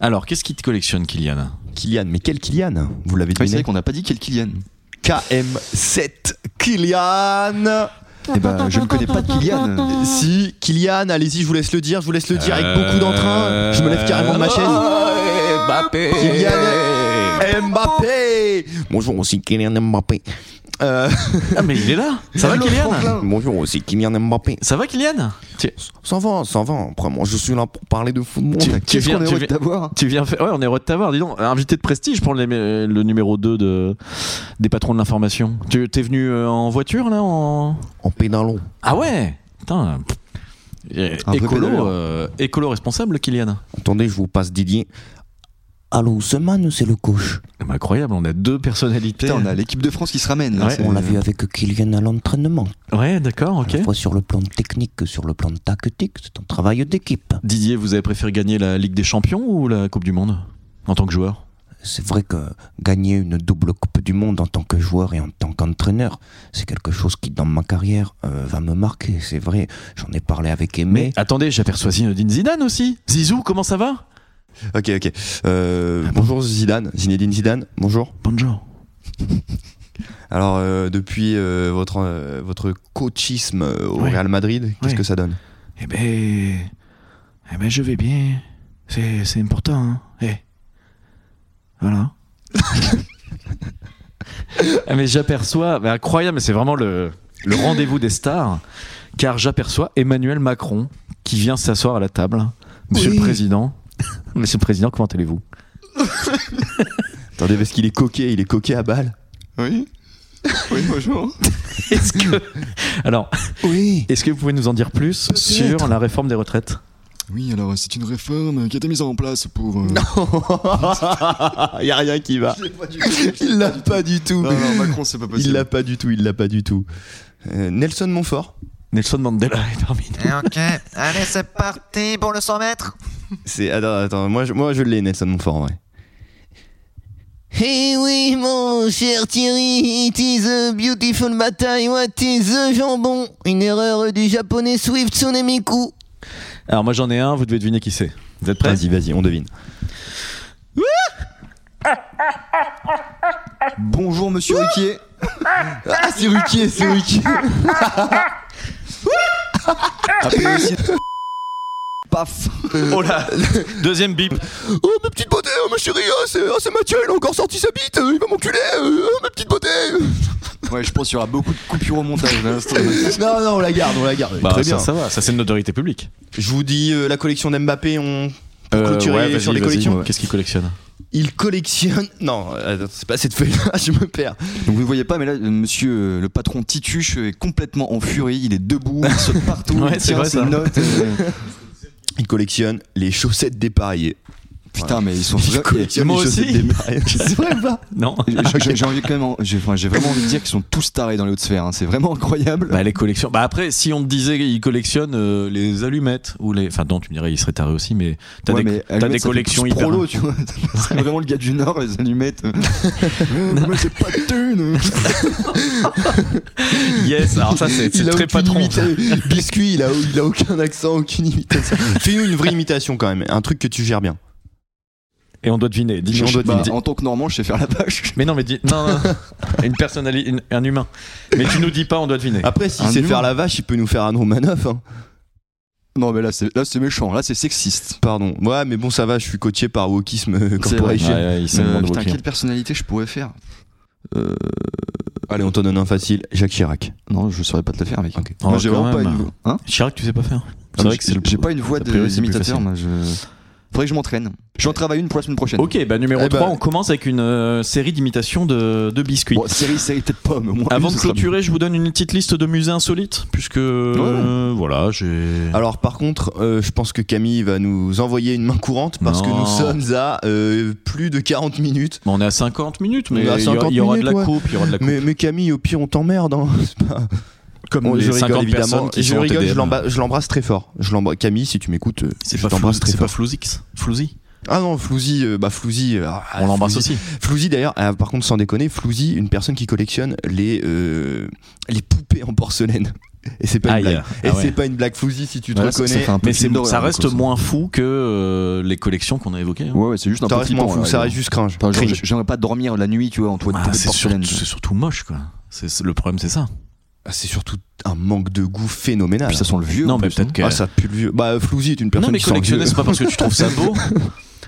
Speaker 5: Alors, qu'est-ce qui te collectionne, Kylian
Speaker 6: Kylian, mais quel Kylian Vous l'avez
Speaker 7: Ah, C'est vrai
Speaker 6: deviné
Speaker 7: qu'on n'a pas dit quel Kylian.
Speaker 6: KM7 Kylian
Speaker 7: Eh ben, je ne connais pas de Kylian.
Speaker 6: Si, Kylian, allez-y, je vous laisse le dire, je vous laisse le dire
Speaker 5: Euh,
Speaker 6: avec beaucoup d'entrain. Je me lève carrément de ma chaise. Mbappé Kylian Mbappé Bonjour, aussi Kylian Mbappé. Euh,
Speaker 5: Ah, mais il est là Ça va,
Speaker 7: Hello,
Speaker 5: Kylian
Speaker 7: Franklin.
Speaker 6: bonjour, aussi Kylian Mbappé.
Speaker 5: Ça va, Kylian tu,
Speaker 6: Ça va, ça va. Après, moi, je suis là pour parler de football.
Speaker 5: Tu- tu
Speaker 7: Qu'est-ce
Speaker 5: viens-
Speaker 7: qu'on est
Speaker 5: tu
Speaker 7: heureux de
Speaker 5: viens-
Speaker 7: t'avoir
Speaker 5: tu viens faire. Ouais, on est heureux de t'avoir, dis donc. Invité de prestige pour le, le numéro 2 de, des patrons de l'information. Tu t'es venu euh, en voiture, là en...
Speaker 6: En pédalant.
Speaker 5: Ah ouais Putain. Et-
Speaker 7: Un
Speaker 6: hein.
Speaker 7: vrai pédaleur.
Speaker 5: Écolo, euh, écolo responsable, Kylian.
Speaker 6: Attendez, je vous passe Didier. Allô, Seman, c'est le coach.
Speaker 5: Ah bah, incroyable, on a deux personnalités.
Speaker 7: Putain, on a l'équipe de France qui se ramène. là,
Speaker 5: Ouais,
Speaker 7: c'est-
Speaker 6: Euh.
Speaker 7: euh,
Speaker 3: On l'a vu avec Kylian à l'entraînement,
Speaker 5: Ouais, d'accord, ok.
Speaker 3: à la fois sur le plan technique que sur le plan tactique. C'est un travail d'équipe.
Speaker 5: Didier, vous avez préféré gagner la Ligue des Champions ou la Coupe du Monde en tant que joueur
Speaker 3: C'est vrai que gagner une double Coupe du Monde en tant que joueur et en tant qu'entraîneur, c'est quelque chose qui, dans ma carrière, euh, va me marquer. C'est vrai, j'en ai parlé avec Aimé.
Speaker 5: attendez, j'aperçois Zinedine Zidane aussi. Zizou, comment ça va
Speaker 6: Ok, ok. Euh, bonjour Zidane, Zinedine Zidane, bonjour.
Speaker 5: Bonjour.
Speaker 6: Alors, euh, depuis euh, votre, euh, votre coachisme euh, au
Speaker 5: Ouais.
Speaker 6: Real Madrid, qu'est-ce
Speaker 5: Ouais.
Speaker 6: que ça donne
Speaker 5: Eh ben, eh ben, je vais bien. C'est, c'est important. Hein. Eh. Voilà. Ah, mais j'aperçois, mais incroyable, mais c'est vraiment le, le rendez-vous des stars, car j'aperçois Emmanuel Macron qui vient s'asseoir à la table. Monsieur le Président, Monsieur le Président, comment allez-vous
Speaker 6: Attendez, parce qu'il est coquet, il est coquet à balle.
Speaker 7: Oui Oui, bonjour.
Speaker 5: Est-ce que, alors,
Speaker 3: Oui.
Speaker 5: est-ce que vous pouvez nous en dire plus sur la réforme des retraites
Speaker 7: Oui, alors euh, c'est une réforme qui a été mise en place pour. euh,
Speaker 6: Il y a rien qui va. Il l'a pas du tout.
Speaker 7: Non, non, Macron, c'est pas
Speaker 6: Il
Speaker 7: possible.
Speaker 6: l'a pas du tout, il l'a pas du tout. Euh, Nelson Montfort,
Speaker 5: Nelson Mandela est parmi nous.
Speaker 8: Ok, allez, c'est parti pour le 100 mètres.
Speaker 6: c'est attends, attends, moi je, moi je l'ai Nelson Montfort en vrai.
Speaker 3: Eh oui, mon cher Thierry, it is a beautiful bataille, what is the jambon Une erreur du japonais Swift Tsunemiku.
Speaker 5: Alors moi j'en ai un, vous devez deviner qui c'est. Vous êtes prêts
Speaker 6: Vas-y, vas-y, on devine.
Speaker 7: Bonjour, monsieur Ruquier.
Speaker 6: Ah, c'est Ruquier, c'est Ruquier. Ah,
Speaker 7: Appelez aussi. Paf
Speaker 5: Oh là Deuxième bip.
Speaker 6: Oh, ma petite beauté, oh, ma chérie, oh, c'est oh, c'est Mathieu, il a encore sorti sa bite, euh, il va m'enculer, euh, oh, ma petite beauté.
Speaker 7: Ouais, je pense qu'il y aura beaucoup de coupures au montage hein, là, à l'instant.
Speaker 6: non, non, on la garde, on la garde.
Speaker 5: Bah,
Speaker 6: Très
Speaker 5: ça,
Speaker 6: bien.
Speaker 5: ça va, ça c'est une notoriété publique.
Speaker 6: Je vous dis euh, la collection d'Mbappé, on peut
Speaker 5: Euh,
Speaker 6: clôturer
Speaker 5: ouais, vas-y,
Speaker 6: sur les
Speaker 5: vas-y.
Speaker 6: collections.
Speaker 5: Qu'est-ce qu'il collectionne
Speaker 6: Il collectionne. Non, attends, c'est pas cette feuille-là, je me perds.
Speaker 7: Donc vous ne voyez pas, mais là, euh, monsieur euh, le patron Tituche est complètement en furie. Il est debout, il saute partout,
Speaker 5: Ouais,
Speaker 7: il
Speaker 5: c'est
Speaker 7: tient
Speaker 5: vrai,
Speaker 7: ses
Speaker 5: ça.
Speaker 7: notes. euh,
Speaker 6: Il collectionne les chaussettes dépareillées.
Speaker 7: Putain, mais ils sont
Speaker 6: Il
Speaker 7: vra-
Speaker 6: collectionne
Speaker 5: Moi
Speaker 6: les
Speaker 5: aussi.
Speaker 6: chaussettes dépareillées.
Speaker 5: C'est vrai pas Non.
Speaker 7: J'ai- J'ai j'ai envie quand même, en- j'ai enfin, j'ai vraiment envie de dire qu'ils sont tous tarés dans les hautes sphères. hein. C'est vraiment incroyable.
Speaker 5: Bah les collections. Bah après, si on te disait qu'il collectionne euh, les allumettes ou les. Enfin non, tu me dirais il serait taré aussi, mais t'as
Speaker 7: Ouais,
Speaker 5: des,
Speaker 7: mais
Speaker 5: t'as
Speaker 7: allumettes,
Speaker 5: des
Speaker 7: ça fait
Speaker 5: collections
Speaker 7: plus
Speaker 5: hyper.
Speaker 7: prolo, tu vois. C'est vraiment le gars du Nord, les allumettes. Euh, mais c'est pas de thune.
Speaker 5: Yes. Alors ça c'est c'est
Speaker 6: Il a
Speaker 5: très
Speaker 6: aucune
Speaker 5: patron.
Speaker 7: Eh,
Speaker 6: imita- Biscuit, il a, il a aucun accent, aucune imitation. Fais-nous une vraie imitation quand même, un truc que tu gères bien.
Speaker 5: Et on doit deviner. Dis-nous,
Speaker 6: On doit
Speaker 7: Bah,
Speaker 6: deviner.
Speaker 7: en tant que Normand, je sais faire la pâche.
Speaker 5: Mais non, mais dis. Non, non. une personnalité, une- un humain. Mais tu nous dis pas, on doit deviner.
Speaker 6: Après, s'il
Speaker 7: Un
Speaker 6: sait
Speaker 7: humain.
Speaker 6: faire la vache, il peut nous faire un Romanoff. Hein.
Speaker 7: Non, mais là, c'est là, c'est méchant. Là, c'est sexiste.
Speaker 6: Pardon. Ouais, mais bon, ça va, je suis coaché par Wokisme euh,
Speaker 7: C'est
Speaker 6: Corporation.
Speaker 5: Ouais, ouais, il s'est
Speaker 7: Euh,
Speaker 5: demandé au
Speaker 7: putain,
Speaker 5: client.
Speaker 7: quelle personnalité je pourrais faire
Speaker 6: Allez, on t'en donne un facile, Jacques Chirac.
Speaker 7: Non, je saurais pas te le faire, mec.
Speaker 6: Ok.
Speaker 5: Oh,
Speaker 7: Moi, j'ai
Speaker 5: quand
Speaker 7: vraiment pas
Speaker 5: même.
Speaker 7: une voix. Hein
Speaker 5: Chirac, tu sais pas faire.
Speaker 7: Ah,
Speaker 5: C'est
Speaker 7: mais
Speaker 5: vrai que
Speaker 7: j'ai-
Speaker 5: c'est le-
Speaker 7: J'ai pas une voix
Speaker 5: a priori, c'est plus
Speaker 7: d'imitateur,
Speaker 5: facile.
Speaker 7: moi. Je... Faudrait que je m'entraîne. J'en travaille une pour la semaine prochaine.
Speaker 5: Ok, bah numéro
Speaker 6: Eh
Speaker 5: 3,
Speaker 6: ben-
Speaker 5: on commence avec une euh, série d'imitations de, de biscuits.
Speaker 7: Bon, série, série, peut-être pas, mais au moins.
Speaker 5: Avant
Speaker 7: une,
Speaker 5: de
Speaker 7: ce sera
Speaker 5: clôturer, je vous donne une petite liste de musées insolites, puisque euh, voilà, j'ai.
Speaker 6: Alors, par contre, euh, je pense que Camille va nous envoyer une main courante parce que
Speaker 5: Non.
Speaker 6: nous sommes à euh, plus de 40 minutes.
Speaker 5: Bon, on est à 50 minutes, mais
Speaker 6: On est à
Speaker 5: il y aura-
Speaker 6: 50
Speaker 5: il y, aura de la
Speaker 6: minutes, ouais.
Speaker 5: coupe, il y aura de la coupe.
Speaker 6: Mais, mais Camille, au pire, on t'emmerde. Hein. C'est pas-
Speaker 5: Comme
Speaker 6: Bon,
Speaker 5: les
Speaker 6: je rigole
Speaker 5: 50
Speaker 6: évidemment.
Speaker 5: personnes qui
Speaker 6: je
Speaker 5: sont en
Speaker 6: rigole, je
Speaker 5: TDM.
Speaker 6: l'embrasse- je l'embrasse très fort. Je l'embrasse- Camille, si tu m'écoutes, euh,
Speaker 5: C'est
Speaker 6: je
Speaker 5: pas, Flou-
Speaker 6: t'embrasse très
Speaker 5: c'est pas
Speaker 6: fort.
Speaker 5: Flouzix. Flouzi.
Speaker 6: Ah non, Flouzy, euh, bah Flouzy, euh, ah,
Speaker 5: On l'embrasse
Speaker 6: Flouzy.
Speaker 5: aussi.
Speaker 6: Flouzy d'ailleurs, ah, par contre sans déconner, Flouzy, une personne qui collectionne les euh, les poupées en porcelaine. Et c'est pas,
Speaker 5: Aïe.
Speaker 6: une blague.
Speaker 5: Ah
Speaker 6: Et
Speaker 5: ouais.
Speaker 6: c'est pas une blague Flouzy si tu te
Speaker 7: Ouais, ça- ça
Speaker 6: reconnais.
Speaker 7: fait un peu
Speaker 5: Mais
Speaker 7: film
Speaker 5: c'est-
Speaker 7: d'horreur,
Speaker 5: ça
Speaker 7: quoi,
Speaker 5: reste moins fou que euh, les collections qu'on a évoquées. hein.
Speaker 7: Ouais, ouais, c'est juste un
Speaker 6: T'en
Speaker 7: peu
Speaker 6: restes moins
Speaker 7: flippant.
Speaker 6: fou,
Speaker 7: là,
Speaker 6: ça
Speaker 7: là.
Speaker 6: reste juste cringe.
Speaker 7: Enfin, genre,
Speaker 6: Cringe.
Speaker 7: j'ai- J'aimerais pas dormir la nuit, tu vois, en toit de
Speaker 5: Ah,
Speaker 7: poupée de
Speaker 5: c'est surtout,
Speaker 7: porcelaine.
Speaker 5: c'est surtout moche, quoi. C'est c'est- le problème, c'est ça.
Speaker 6: Ah, C'est surtout un manque de goût phénoménal.
Speaker 7: Puis ça sent le vieux.
Speaker 5: non,
Speaker 7: en
Speaker 5: mais
Speaker 7: plus, hein.
Speaker 5: peut-être que.
Speaker 6: Ah ça pue le vieux. Bah Flouzy est une personne
Speaker 5: non, mais
Speaker 6: qui sent le
Speaker 5: collectionner,
Speaker 6: vieux.
Speaker 5: c'est pas parce que tu trouves ça beau.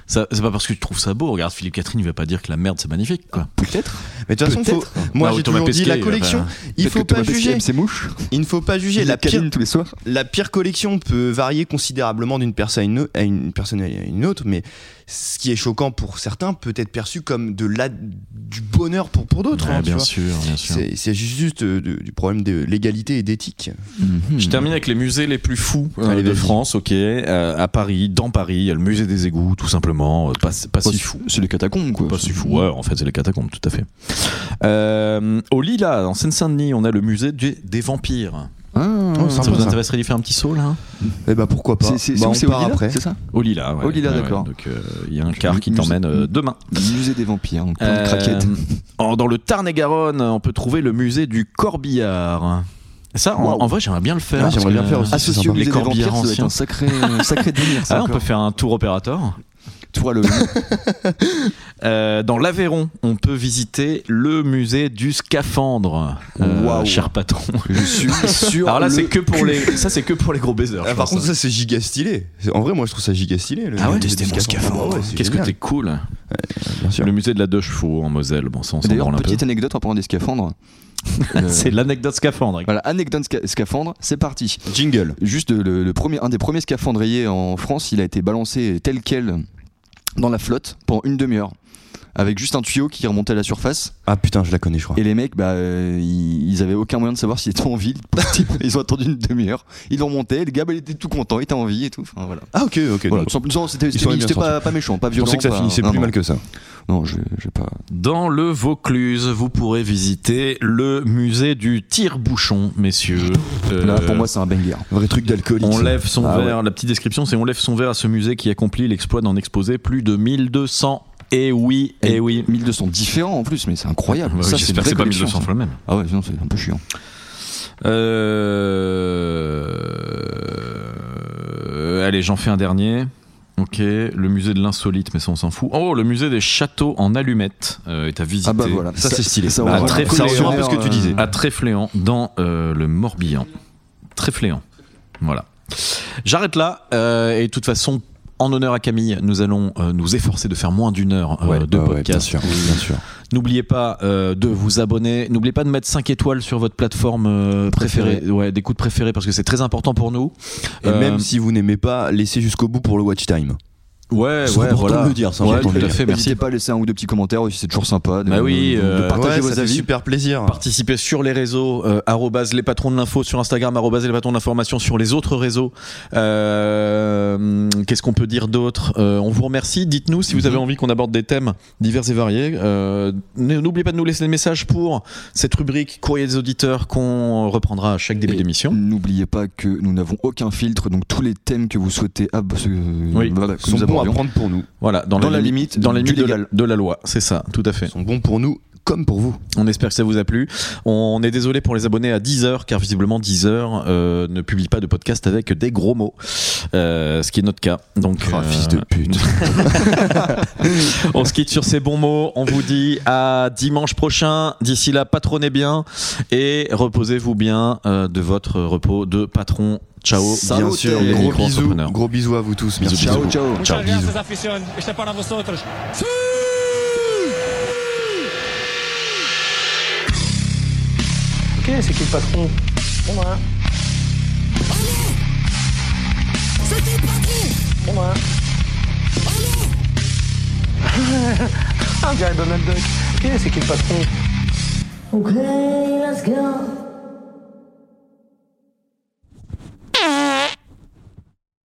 Speaker 5: Ça- C'est pas parce que tu trouves ça beau. Regarde, Philippe Catherine, il va pas dire que la merde, c'est magnifique, quoi.
Speaker 7: Peut-être.
Speaker 6: Mais de toute façon, faut- moi
Speaker 5: Bah,
Speaker 6: j'ai
Speaker 5: ou Thomas
Speaker 6: toujours dit
Speaker 5: Pesquet,
Speaker 6: la
Speaker 5: il va
Speaker 6: collection,
Speaker 5: pas-
Speaker 6: il
Speaker 7: Peut-être que
Speaker 6: faut pas
Speaker 7: Thomas Pesquet
Speaker 6: juger.
Speaker 7: aime ses mouches.
Speaker 6: Il ne faut pas juger.
Speaker 7: Il
Speaker 6: La pire
Speaker 7: câline tous les soirs.
Speaker 6: la pire collection peut varier considérablement d'une personne à une, au- à une personne à une autre, mais ce qui est choquant pour certains peut être perçu comme de la, du bonheur pour, pour d'autres.
Speaker 5: Ouais,
Speaker 6: hein, tu
Speaker 5: bien
Speaker 6: vois.
Speaker 5: sûr, bien sûr.
Speaker 6: C'est c'est juste euh, de- du problème de l'égalité et d'éthique.
Speaker 5: Je termine avec les musées les plus fous euh,
Speaker 6: Allez,
Speaker 5: de
Speaker 6: vas-y.
Speaker 5: France, ok. euh, à Paris, dans Paris, il y a le musée des égouts, tout simplement. euh, Pas, pas si fou.
Speaker 7: C'est les catacombes, quoi.
Speaker 5: Pas si fou, ouais, en fait, c'est les catacombes, tout à fait. Euh, au Lila, en Seine-Saint-Denis, on a le musée du- des vampires.
Speaker 7: Ah,
Speaker 6: Oh,
Speaker 5: Ça
Speaker 6: sympa,
Speaker 5: vous
Speaker 6: ça.
Speaker 5: intéresserait d'y faire un petit saut, là hein
Speaker 6: Eh ben pourquoi pas
Speaker 7: C'est- C'est
Speaker 6: Bah,
Speaker 7: c'est où,
Speaker 6: On
Speaker 7: c'est au
Speaker 6: part
Speaker 7: Lila,
Speaker 6: après.
Speaker 7: C'est ça
Speaker 5: Au Lila, ouais.
Speaker 7: Au Lila,
Speaker 5: Ouais, ouais,
Speaker 7: d'accord.
Speaker 5: Donc, euh, il y a un car qui t'emmène euh, demain.
Speaker 7: Musée des vampires. donc plein de craquettes.
Speaker 5: Euh, en- dans le Tarn-et-Garonne, on peut trouver le musée du Corbillard. Ça, en,
Speaker 7: Waouh.
Speaker 5: en vrai, j'aimerais bien le faire.
Speaker 6: Ouais,
Speaker 5: parce
Speaker 6: j'aimerais
Speaker 5: que-
Speaker 6: bien
Speaker 7: Ah,
Speaker 6: le faire aussi.
Speaker 7: Associé au
Speaker 5: oh, Les
Speaker 7: musée des
Speaker 5: corbières
Speaker 7: vampires, ça doit être
Speaker 5: anciens.
Speaker 7: un sacré, un sacré délire. ça,
Speaker 5: Ah, on peut
Speaker 7: encore.
Speaker 5: faire un tour opérateur.
Speaker 7: Toi, le loup.
Speaker 5: Euh, dans l'Aveyron, on peut visiter le musée du scaphandre, euh,
Speaker 7: Waouh.
Speaker 5: cher patron.
Speaker 7: Je suis sûr.
Speaker 5: Alors là,
Speaker 7: le
Speaker 5: c'est que pour
Speaker 7: cul.
Speaker 5: les, ça c'est que pour les gros baisers. je
Speaker 6: Ah, par
Speaker 5: pense,
Speaker 6: contre,
Speaker 5: hein.
Speaker 6: ça c'est giga stylé. C'est- En vrai, moi je trouve ça giga stylé. le-
Speaker 5: Ah ouais,
Speaker 6: le-
Speaker 5: testez
Speaker 6: le-
Speaker 5: mon
Speaker 6: Ah ouais, c'est
Speaker 5: qu'est-ce que
Speaker 6: génial.
Speaker 5: t'es cool.
Speaker 6: Bien sûr.
Speaker 5: Le musée de la deux chevaux en Moselle, bon sang, on s'en
Speaker 7: D'ailleurs,
Speaker 5: branle un peu.
Speaker 7: petite anecdote en parlant des scaphandres. Euh,
Speaker 5: C'est l'anecdote scaphandre.
Speaker 7: Voilà, anecdote sca- scaphandre, c'est parti.
Speaker 6: Jingle.
Speaker 7: Juste le, le premier, un des premiers scaphandriers en France, il a été balancé tel quel dans la flotte pendant une demi-heure. Avec juste un tuyau qui remontait à la surface.
Speaker 6: Ah putain, je la connais, je crois.
Speaker 7: Et les mecs, bah, euh, ils, ils avaient aucun moyen de savoir s'il était en vie. le petit. ils ont attendu une demi-heure. Ils l'ont monté. Le gars, bah, il était tout content. Il était en vie et tout. Enfin, voilà.
Speaker 6: Ah ok, ok.
Speaker 7: Voilà,
Speaker 6: donc,
Speaker 7: tout simplement, c'était
Speaker 6: sont bien
Speaker 7: c'était pas,
Speaker 6: sortis.
Speaker 7: pas méchant, pas
Speaker 6: je
Speaker 7: violent.
Speaker 6: pensais que ça
Speaker 7: pas-
Speaker 6: finissait
Speaker 7: non,
Speaker 6: plus
Speaker 7: non.
Speaker 6: mal que ça.
Speaker 7: Non, je- j'ai pas.
Speaker 5: Dans le Vaucluse, vous pourrez visiter le musée du tire-bouchon, messieurs. Euh,
Speaker 7: Là, Ah, pour moi, c'est un banger.
Speaker 6: Vrai truc d'alcoolique.
Speaker 5: on
Speaker 6: ça.
Speaker 5: lève son
Speaker 7: Ah
Speaker 5: verre, la petite description c'est on lève son verre à ce musée qui accomplit l'exploit d'en exposer plus de 1200. Et Eh oui, et oui.
Speaker 7: 1200 différents en plus, mais c'est incroyable.
Speaker 5: Ouais,
Speaker 7: ça, c'est une
Speaker 5: J'espère que
Speaker 7: vraie
Speaker 5: c'est pas
Speaker 7: collection,
Speaker 5: 1200
Speaker 7: ça.
Speaker 5: fois le même.
Speaker 7: Ah ouais, sinon c'est un peu chiant.
Speaker 5: Euh... Allez, j'en fais un dernier. Ok, le musée de l'insolite, mais ça on s'en fout. Oh, le musée des châteaux en allumettes euh, est à visiter.
Speaker 7: Ah bah voilà,
Speaker 6: Ça, c'est stylé.
Speaker 7: Ça,
Speaker 6: Ah,
Speaker 7: on va-
Speaker 5: Bah, très
Speaker 7: ça
Speaker 5: cool.
Speaker 7: revient un peu
Speaker 5: Parce
Speaker 7: ce que tu disais.
Speaker 5: À Tréfléan, dans euh, le Morbihan. Tréfléan. Voilà. J'arrête là. euh, et de toute façon, en honneur à Camille, nous allons euh, nous efforcer de faire moins d'une heure euh,
Speaker 6: Ouais,
Speaker 5: de
Speaker 6: bah ouais, bien
Speaker 5: podcast.
Speaker 6: sûr, bien sûr.
Speaker 5: N'oubliez pas euh, de vous abonner. N'oubliez pas de mettre 5 étoiles sur votre plateforme euh, préférée. Ouais, d'écoute préférée parce que c'est très important pour nous.
Speaker 6: Et
Speaker 5: Euh,
Speaker 6: même si vous n'aimez pas, laissez jusqu'au bout pour le watch time.
Speaker 5: Ouais,
Speaker 6: C'est important de le dire, c'est
Speaker 5: Ouais,
Speaker 6: important de
Speaker 5: tout
Speaker 6: le
Speaker 5: à
Speaker 6: dire.
Speaker 5: fait, merci.
Speaker 7: N'hésitez pas à laisser un ou deux petits commentaires aussi, c'est toujours sympa. De,
Speaker 5: Bah oui,
Speaker 7: de- de
Speaker 5: euh,
Speaker 7: partager vos avis.
Speaker 6: super plaisir.
Speaker 5: Participez sur les réseaux, euh, arrobase les patrons de l'info sur Instagram, arrobase les patrons de l'information sur les autres réseaux. Euh, Qu'est-ce qu'on peut dire d'autre Euh, On vous remercie. Dites-nous si
Speaker 7: Mhm.
Speaker 5: vous avez envie qu'on aborde des thèmes divers et variés. Euh, n- N'oubliez pas de nous laisser des messages pour cette rubrique courrier des auditeurs qu'on reprendra à chaque début
Speaker 7: Et
Speaker 5: d'émission.
Speaker 7: N'oubliez pas que nous n'avons aucun filtre, donc tous les thèmes que vous souhaitez ab- ce-
Speaker 5: Oui.
Speaker 7: voilà, que
Speaker 6: Ils sont
Speaker 7: nous
Speaker 6: bons à
Speaker 7: abordions,
Speaker 6: prendre pour nous.
Speaker 5: Voilà, dans,
Speaker 7: Dans la limite
Speaker 5: dans la
Speaker 7: du
Speaker 5: limite de la,
Speaker 7: légal.
Speaker 5: de la loi, c'est ça, tout à fait.
Speaker 6: Ils sont bons pour nous comme pour vous.
Speaker 5: On espère que ça vous a plu. On est désolé pour les abonnés à 10 heures, car visiblement 10 heures euh, ne publie pas de podcast avec des gros mots, euh, ce qui est notre cas. Donc,
Speaker 6: Oh,
Speaker 5: euh,
Speaker 6: fils de pute.
Speaker 5: on se quitte sur ces bons mots. On vous dit à dimanche prochain. D'ici là, patronnez bien et reposez-vous bien euh, de votre repos de patron. Ciao,
Speaker 6: Bien sûr,
Speaker 5: les
Speaker 6: gros bisous,
Speaker 5: micro-entrepreneurs.
Speaker 6: gros bisous à vous tous. Merci.
Speaker 5: Ciao,
Speaker 6: beaucoup.
Speaker 7: ciao.
Speaker 1: Muchas
Speaker 6: bisous.
Speaker 1: gracias, afición. Este para vosotros.
Speaker 2: Ok, c'est qui le patron Bon ben,
Speaker 4: C'était parti
Speaker 2: bon ben.
Speaker 4: Allez
Speaker 2: On dirait Donald Duck. Ok, c'est qui le patron
Speaker 4: Okay, let's go